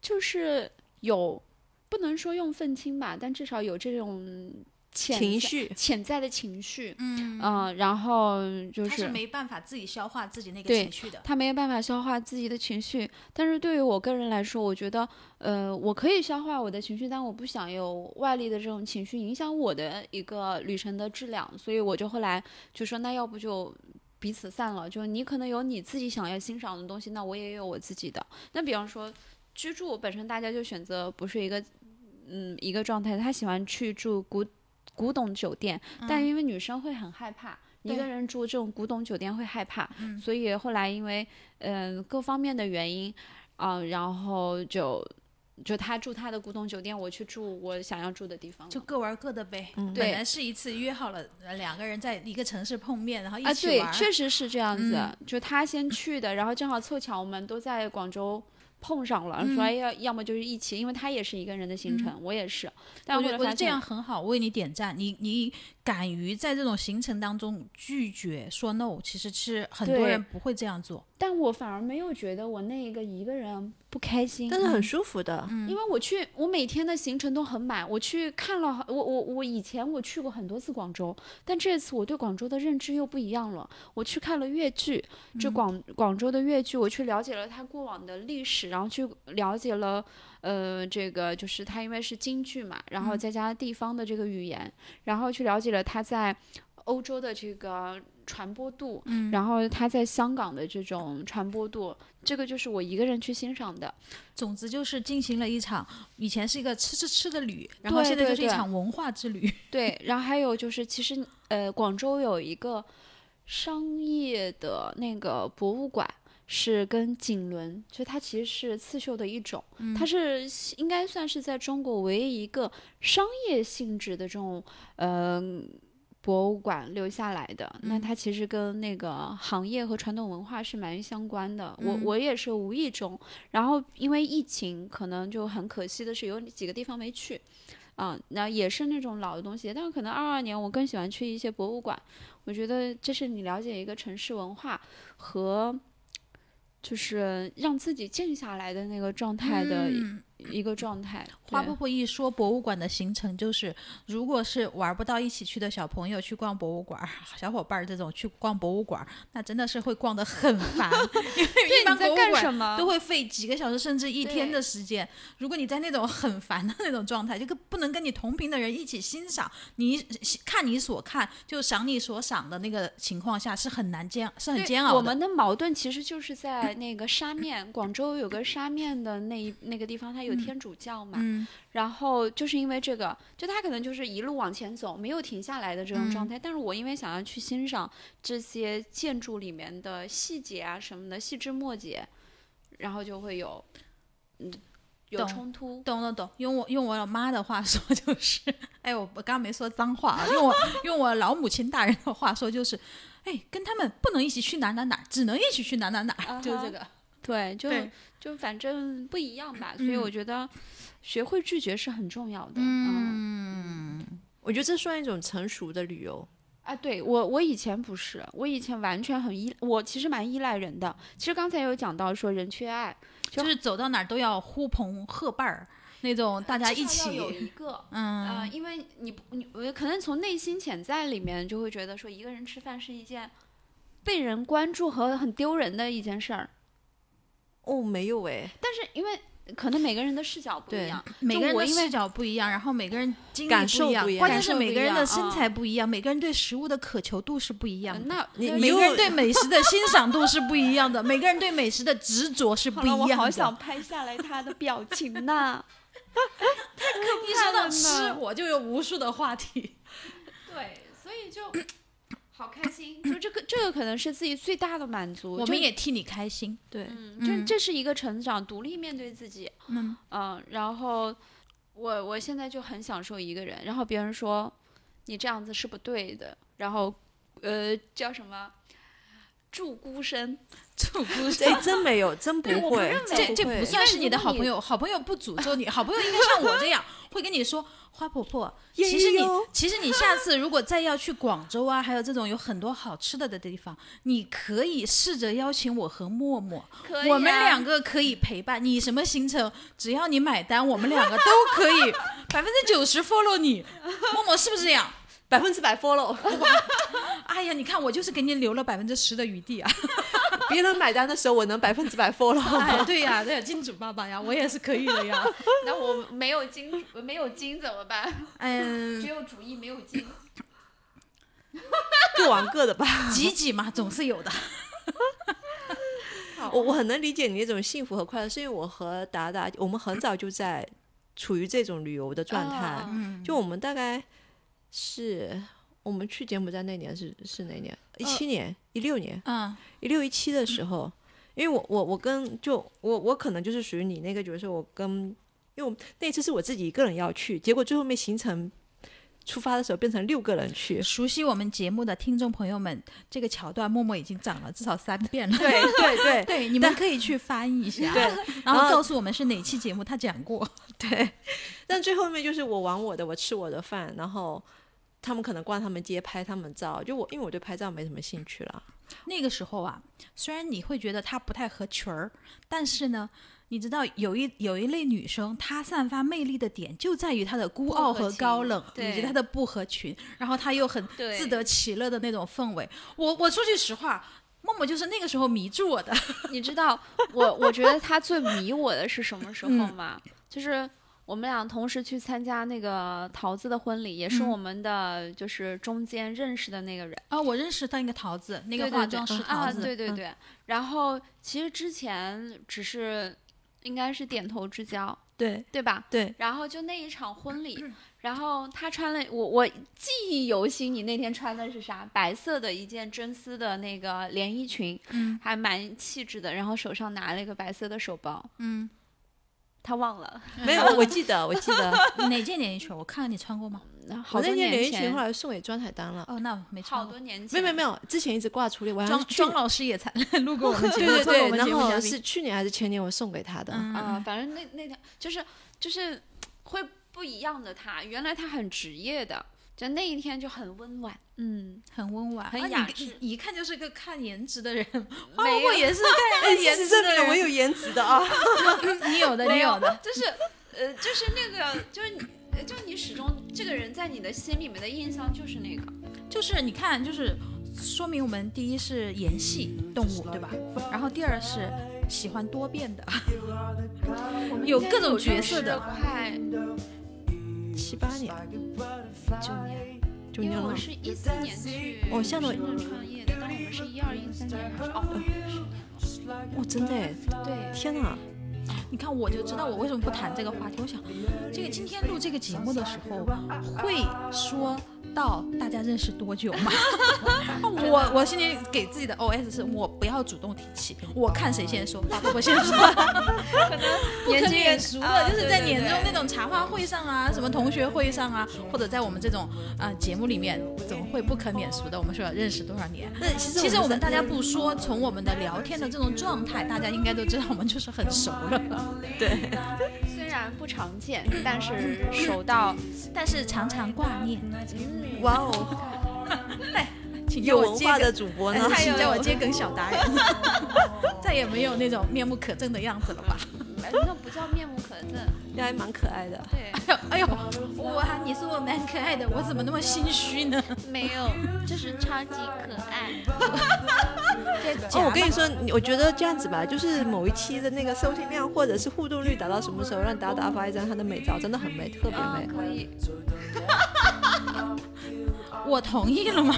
Speaker 4: 就是有不能说用愤青吧，但至少有这种潜
Speaker 3: 情
Speaker 4: 在
Speaker 3: 绪，
Speaker 4: 潜在的情绪。
Speaker 2: 嗯，
Speaker 4: 嗯、然后就
Speaker 2: 他
Speaker 4: 是
Speaker 2: 是没办法自己消化自己那个
Speaker 4: 对
Speaker 2: 情绪的。
Speaker 4: 他没有办法消化自己的情绪，但是对于我个人来说，我觉得，呃，我可以消化我的情绪，但我不想有外力的这种情绪影响我的一个旅程的质量，所以我就后来就说，那要不就彼此散了，就你可能有你自己想要欣赏的东西，那我也有我自己的。那比方说居住本身，大家就选择不是一个，嗯，一个状态，他喜欢去住古古董酒店，但因为女生会很害怕，一个
Speaker 2: 嗯对嗯
Speaker 4: 人住这种古董酒店会害怕，所以后来因为嗯、呃各方面的原因，啊、然后就就他住他的古董酒店，我去住我想要住的地方了，
Speaker 2: 就各玩各的呗。
Speaker 3: 嗯
Speaker 2: 本
Speaker 4: 对
Speaker 2: 来是一次约好了呃两个人在一个城市碰面，然后一
Speaker 4: 啊，
Speaker 2: 起
Speaker 4: 对
Speaker 2: 玩。，
Speaker 4: 确实是这样子，
Speaker 2: 嗯
Speaker 4: 就他先去的，然后正好凑巧我们都在广州。碰上了，
Speaker 2: 嗯
Speaker 4: 说哎要要么就是一起，因为他也是一个人的行程，我也是。但
Speaker 2: 我觉得
Speaker 4: 后来
Speaker 2: 我觉
Speaker 4: 发
Speaker 2: 得这
Speaker 4: 现
Speaker 2: 样很好，我为你点赞。你你敢于在这种行程当中拒绝说 no，其实是很多
Speaker 4: 对
Speaker 2: 人不会这样做。
Speaker 4: 但我反而没有觉得我那一个一个人不开心，
Speaker 3: 但是很舒服的。
Speaker 4: 因为我去，我每天的行程都很满。我去看了，我我我以前我去过很多次广州，但这次我对广州的认知又不一样了。我去看了粤剧，就广、广州的粤剧，我去了解了它过往的历史，然后去了解了，呃，这个就是它因为是京剧嘛，然后再加地方的这个语言，然后去了解了它在欧洲的这个传播度，然后它在香港的这种传播度，这个就是我一个人去欣赏的。
Speaker 2: 总之就是进行了一场以前是一个吃吃吃的旅，然后现在
Speaker 4: 对
Speaker 2: 就是一
Speaker 4: 对
Speaker 2: 场文化之旅。
Speaker 4: 对，然后还有就是，其实呃，广州有一个商业的那个博物馆。是跟锦纶，就它其实是刺绣的一种，它是应该算是在中国唯一一个商业性质的这种呃博物馆留下来的。那它其实跟那个行业和传统文化是蛮相关的。我我也是无意中，然后因为疫情，可能就很可惜的是有几个地方没去，啊，那也是那种老的东西，但是可能二二年我更喜欢去一些博物馆，我觉得这是你了解一个城市文化和就是让自己静下来的那个状态的一
Speaker 2: 嗯
Speaker 4: 一个状态。
Speaker 2: 花
Speaker 4: 对
Speaker 2: 婆婆一说博物馆的行程，就是如果是玩不到一起去的小朋友去逛博物馆，小伙伴儿这种去逛博物馆，那真的是会逛得很烦，因为一
Speaker 4: 对，
Speaker 2: 般博
Speaker 4: 你在
Speaker 2: 物
Speaker 4: 干
Speaker 2: 馆
Speaker 4: 什么？
Speaker 2: 都会费几个小时甚至一天
Speaker 4: 对
Speaker 2: 的时间。如果你在那种很烦的那种状态，就跟不能跟你同频的人一起欣赏你看你所看，就赏你所赏的那个情况下，是很难煎，是很
Speaker 4: 对
Speaker 2: 煎熬的。
Speaker 4: 我们的矛盾其实就是在那个沙面，广州有个沙面的那一那个地方，它有天主教嘛，
Speaker 2: 嗯，
Speaker 4: 然后就是因为这个，就他可能就是一路往前走，没有停下来的这种
Speaker 2: 嗯
Speaker 4: 状态。但是我因为想要去欣赏这些建筑里面的细节啊什么的，细枝末节，然后就会有，嗯，有
Speaker 2: 懂
Speaker 4: 冲突。
Speaker 2: 懂懂懂，用我用我老妈的话说就是， 哎，我我刚刚没说脏话啊， 用我用我老母亲大人的话说就是，哎，跟他们不能一起去哪儿哪儿哪儿，只能一起去哪儿哪儿哪
Speaker 4: 啊哈
Speaker 2: 儿，就是这个。
Speaker 4: 对，就
Speaker 2: 对
Speaker 4: 就反正不一样吧。所以
Speaker 2: 嗯
Speaker 4: 我觉得学会拒绝是很重要的。嗯
Speaker 3: 我觉得这算一种成熟的旅游，
Speaker 4: 啊，对我，我以前不是，我以前完全很依，我其实蛮依赖人的。其实刚才有讲到说人缺爱，就
Speaker 2: 就是走到哪儿都要呼朋喝伴儿那种，大家一
Speaker 4: 至少要有
Speaker 2: 起，
Speaker 4: 一个，呃，
Speaker 2: 嗯，
Speaker 4: 因为你不你我可能从内心潜在里面就会觉得说一个人吃饭是一件被人关注和很丢人的一件事儿，
Speaker 3: 哦，没有 哎，
Speaker 4: 但是因为可能每个人的视角不一
Speaker 3: 对
Speaker 4: 样，
Speaker 2: 每个人
Speaker 4: 我
Speaker 2: 的
Speaker 4: 因为
Speaker 2: 视角不一样，然后每个人经历
Speaker 3: 感
Speaker 2: 不
Speaker 3: 受
Speaker 2: 一样
Speaker 3: 不一，样
Speaker 2: 关键是
Speaker 4: 感受
Speaker 2: 每
Speaker 4: 不
Speaker 2: 个
Speaker 4: 一
Speaker 2: 人
Speaker 4: 样
Speaker 2: 的身
Speaker 4: 啊
Speaker 2: 材不一样，每个人对食物的渴求度是不一样
Speaker 4: 呃
Speaker 2: 的。
Speaker 4: 那
Speaker 3: 你
Speaker 4: 那
Speaker 3: 你
Speaker 2: 每
Speaker 3: 又
Speaker 2: 个人对美食的欣赏度是不一样的，每个人对美食的执着是
Speaker 4: 好
Speaker 2: 不一
Speaker 4: 了，
Speaker 2: 样的。
Speaker 4: 我好想拍下来他的表情 呐。
Speaker 2: 一说到
Speaker 4: 看了
Speaker 2: 吃，
Speaker 4: 呢
Speaker 2: 我就有无数的话题。
Speaker 4: 对，所以 就好开心，就这个这个可能是自己最大的满足。
Speaker 2: 我
Speaker 4: 就
Speaker 2: 们也替你开心，
Speaker 3: 对，
Speaker 4: 嗯，这这是一个成长，独立面对自己。
Speaker 2: 嗯
Speaker 4: 然后我我现在就很享受一个人。然后别人说你这样子是不对的，然后呃叫什么祝孤身，
Speaker 2: 祝孤身。
Speaker 3: 哎，真没有，真不
Speaker 4: 对我不
Speaker 3: 会
Speaker 4: 认，
Speaker 2: 这
Speaker 4: 为
Speaker 2: 这
Speaker 3: 不会
Speaker 2: 不算是你的好
Speaker 4: 因
Speaker 2: 朋
Speaker 4: 为
Speaker 2: 友，好朋友不诅咒你，好朋友应该像我这样会跟你说，花婆婆，其实你
Speaker 3: 哎呦
Speaker 2: 其实你下次如果再要去广州啊，还有这种有很多好吃的的地方，你可以试着邀请我和默默，
Speaker 4: 可以
Speaker 2: 我们
Speaker 4: 啊
Speaker 2: 两个可以陪伴你什么行程，只要你买单，我们两个都可以，百分之九十 follow 你，默默是不是这样？
Speaker 3: 百分之百 follow。
Speaker 2: 哎呀，你看我就是给你留了百分之十的余地啊！
Speaker 3: 别人买单的时候，我能百分之百 follow 吗？
Speaker 2: 哎，对呀、对呀、金主爸爸呀，我也是可以的呀。
Speaker 4: 那我没有金，没有金怎么办？
Speaker 2: 嗯
Speaker 4: 只，有主意没有 金。
Speaker 3: 各玩各的吧。
Speaker 2: 挤挤嘛，总是有的。
Speaker 3: 我我很能理解你那种幸福和快乐，是因为我和达达，我们很早就在处于这种旅游的状态。
Speaker 4: 哦
Speaker 2: 嗯，
Speaker 3: 就我们大概是我们去柬埔寨那年是是哪年？一七年、一六、年、
Speaker 2: 嗯
Speaker 3: 一六一七的时候，因为我我我跟就我我可能就是属于你那个角色，我跟因为我那次是我自己一个人要去，结果最后面行程出发的时候变成六个人去。
Speaker 2: 熟悉我们节目的听众朋友们，这个桥段默默已经讲了至少三遍了。
Speaker 3: 对对 对
Speaker 2: 对，你们可以去翻译一下，
Speaker 3: 对，
Speaker 2: 然
Speaker 3: 然后
Speaker 2: 后告诉我们是哪期节目他讲过。
Speaker 3: 对，但最后面就是我玩我的，我吃我的饭，然后他们可能逛他们街拍他们照，就我因为我对拍照没什么兴趣了。
Speaker 2: 那个时候啊，虽然你会觉得她不太合群儿，但是呢，你知道有一有一类女生，她散发魅力的点就在于她的孤傲和高冷，
Speaker 4: 不合群
Speaker 2: 以及
Speaker 4: 对
Speaker 2: 她的不合群，然后她又很
Speaker 4: 对
Speaker 2: 自得其乐的那种氛围。我我说句实话，默默就是那个时候迷住我的。
Speaker 4: 你知道我，我觉得他最迷我的是什么时候
Speaker 2: 嗯
Speaker 4: 吗？就是我们俩同时去参加那个桃子的婚礼，也是
Speaker 2: 嗯
Speaker 4: 我们的就是中间认识的那个人，
Speaker 2: 啊，我认识那个桃子，那个
Speaker 4: 对对
Speaker 2: 化
Speaker 4: 对
Speaker 2: 妆师桃
Speaker 4: 啊，
Speaker 2: 子，
Speaker 4: 对对
Speaker 2: 嗯
Speaker 4: 对。然后其实之前只是应该是点头之交，
Speaker 3: 对
Speaker 4: 对吧？
Speaker 3: 对，
Speaker 4: 然后就那一场婚礼，然后他穿了我我记忆犹新，你那天穿的是啥？白色的一件真丝的那个连衣裙，
Speaker 2: 嗯
Speaker 4: 还蛮气质的。然后手上拿了一个白色的手包，
Speaker 2: 嗯，
Speaker 4: 他忘了，
Speaker 3: 没有，我记得我记得
Speaker 2: 你哪件连衣裙？我看看你穿过吗？
Speaker 4: 好
Speaker 3: 我那
Speaker 4: 多
Speaker 3: 件连衣裙
Speaker 4: 前
Speaker 3: 后，来送给庄彩丹了，
Speaker 2: 哦，那没穿
Speaker 4: 好
Speaker 2: 过。
Speaker 4: 多年
Speaker 3: 没
Speaker 4: 前，
Speaker 3: 有没有没有，之前一直挂橱里，我还
Speaker 2: 庄
Speaker 3: 是去
Speaker 2: 庄老师也才 路过我们节
Speaker 3: 对
Speaker 2: 目，
Speaker 3: 对
Speaker 2: 做过我
Speaker 3: 对，
Speaker 2: 们
Speaker 3: 然
Speaker 2: 节目
Speaker 3: 后
Speaker 2: 嘉宾
Speaker 3: 是去年还是前年我送给他的，
Speaker 2: 嗯
Speaker 4: 啊、反正那那条就是就是会不一样的他，原来他很职业的，就那一天就很温婉，嗯，
Speaker 2: 很温婉，
Speaker 4: 很
Speaker 2: 啊
Speaker 4: 雅
Speaker 2: 你
Speaker 4: 致
Speaker 2: 你一看就是个看颜值的人，花
Speaker 4: 没
Speaker 2: 婆婆
Speaker 4: 有
Speaker 2: 也是
Speaker 3: 哎
Speaker 2: 看颜值的人，
Speaker 3: 我有颜值的啊，
Speaker 2: 你有的，你
Speaker 4: 没有
Speaker 2: 有的，
Speaker 4: 就是呃，就是那个，就是你。呃就你始终这个人在你的心里面的印象就是那个，
Speaker 2: 就是你看，就是说明我们第一是演戏动物，对吧？然后第二是喜欢多变 的，有各种角色的。
Speaker 4: 快
Speaker 3: 七八年
Speaker 4: 九年，
Speaker 3: 就
Speaker 4: 因
Speaker 3: 那
Speaker 4: 为我
Speaker 3: 了。
Speaker 4: 是一四年去
Speaker 2: 啊
Speaker 3: 哦像那
Speaker 4: 深圳创业的，但我们是一二一三年还是哦，
Speaker 3: 哦，真的哎，
Speaker 4: 对，
Speaker 3: 天哪！
Speaker 2: 你看，我就知道我为什么不谈这个话题。我想，这个今天录这个节目的时候，会说到大家认识多久 吗？我我心里给自己的 OS 是我不要主动提起，我看谁先说，我先说。 不 可免俗的，就是在年终那种茶话会上啊，什么同学会上啊，或者在我们这种啊、呃节目里面，总会不可免俗的。我们说认识多少年？
Speaker 3: 那其实
Speaker 2: 其实我
Speaker 3: 们
Speaker 2: 们大家不说，从我们的聊天的这种状态，大家应该都知道我们就是很熟了。
Speaker 3: 对，
Speaker 4: 虽然不常见，但是熟 到
Speaker 2: 但是常常挂念，
Speaker 3: 哇哦，
Speaker 2: 嗯请叫
Speaker 3: 有
Speaker 2: 我
Speaker 3: 文
Speaker 2: 接
Speaker 3: 化的
Speaker 2: 梗，
Speaker 3: 主播呢
Speaker 2: 哎， 请叫我接梗小 达人，再也没有那种面目可憎的样子了吧？
Speaker 4: 哎那不叫面目可憎，
Speaker 3: 那还蛮可爱的。
Speaker 4: 对，
Speaker 2: 哎呦，哇，你说我蛮可爱的，我怎么那么心虚 呢？
Speaker 4: 没有， 就是超级可爱。
Speaker 3: 哦，我跟你说，你我觉得这样子吧，就是某一期的那个收听量或者是互动率达到什么时候，让达达发一张她的美照，真的很美，特别
Speaker 4: 啊
Speaker 3: 美，。
Speaker 4: 可以，
Speaker 2: 我同意了吗？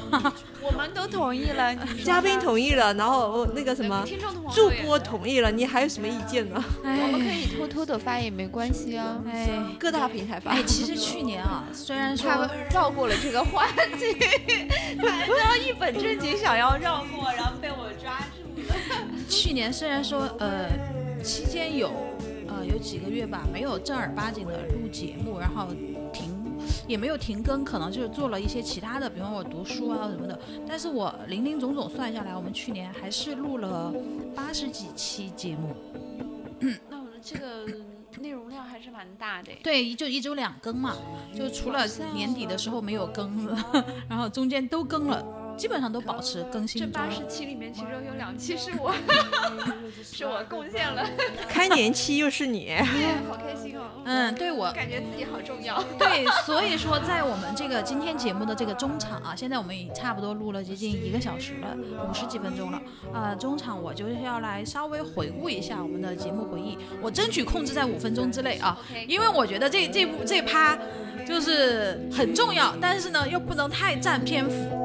Speaker 4: 我们都同意了，你说
Speaker 3: 嘉宾
Speaker 4: 呢
Speaker 3: 同意了，然后哦那个什
Speaker 2: 啊
Speaker 3: 么
Speaker 4: 听众同意
Speaker 3: 助播同意了，你还有什么意见呢？
Speaker 4: 我们
Speaker 2: 哎
Speaker 4: 可以偷偷的发也没关系 啊。
Speaker 2: 哎。
Speaker 3: 各大平台发
Speaker 2: 哎，，其实去年啊，虽然
Speaker 4: 他
Speaker 2: 说
Speaker 4: 绕过了这个话 题，他然后一本正经想要绕过，然后被我抓住了。
Speaker 2: 去年虽然说呃期间有呃有几个月吧，没有正儿八经的录节目，然后停也没有停更，可能就是做了一些其他的，比方我读书啊什么的。但是我零零总总算下来，我们去年还是录了八十几期节目。
Speaker 4: 那我的这个内容量还是蛮大的。
Speaker 2: 对，就一周两更嘛，就除了年底的时候没有更了， 然后中间都更了，基本上都保持更新
Speaker 4: 这
Speaker 2: 状
Speaker 4: 八
Speaker 2: 态。
Speaker 4: 十期里面，其中有两期是 我，是我贡献了，
Speaker 5: 开年期又是你，
Speaker 4: 好开心哦！
Speaker 2: 哎嗯，对我
Speaker 4: 感觉自己好重要。
Speaker 2: 对，所以说在我们这个今天节目的这个中场啊，现在我们也差不多录了接近一个小时了，五十几分钟了。啊，中场我就是要来稍微回顾一下我们的节目回忆，我争取控制在五分钟之内啊，
Speaker 4: OK，
Speaker 2: 因为我觉得这这部这趴就是很重要，但是呢又不能太占篇幅。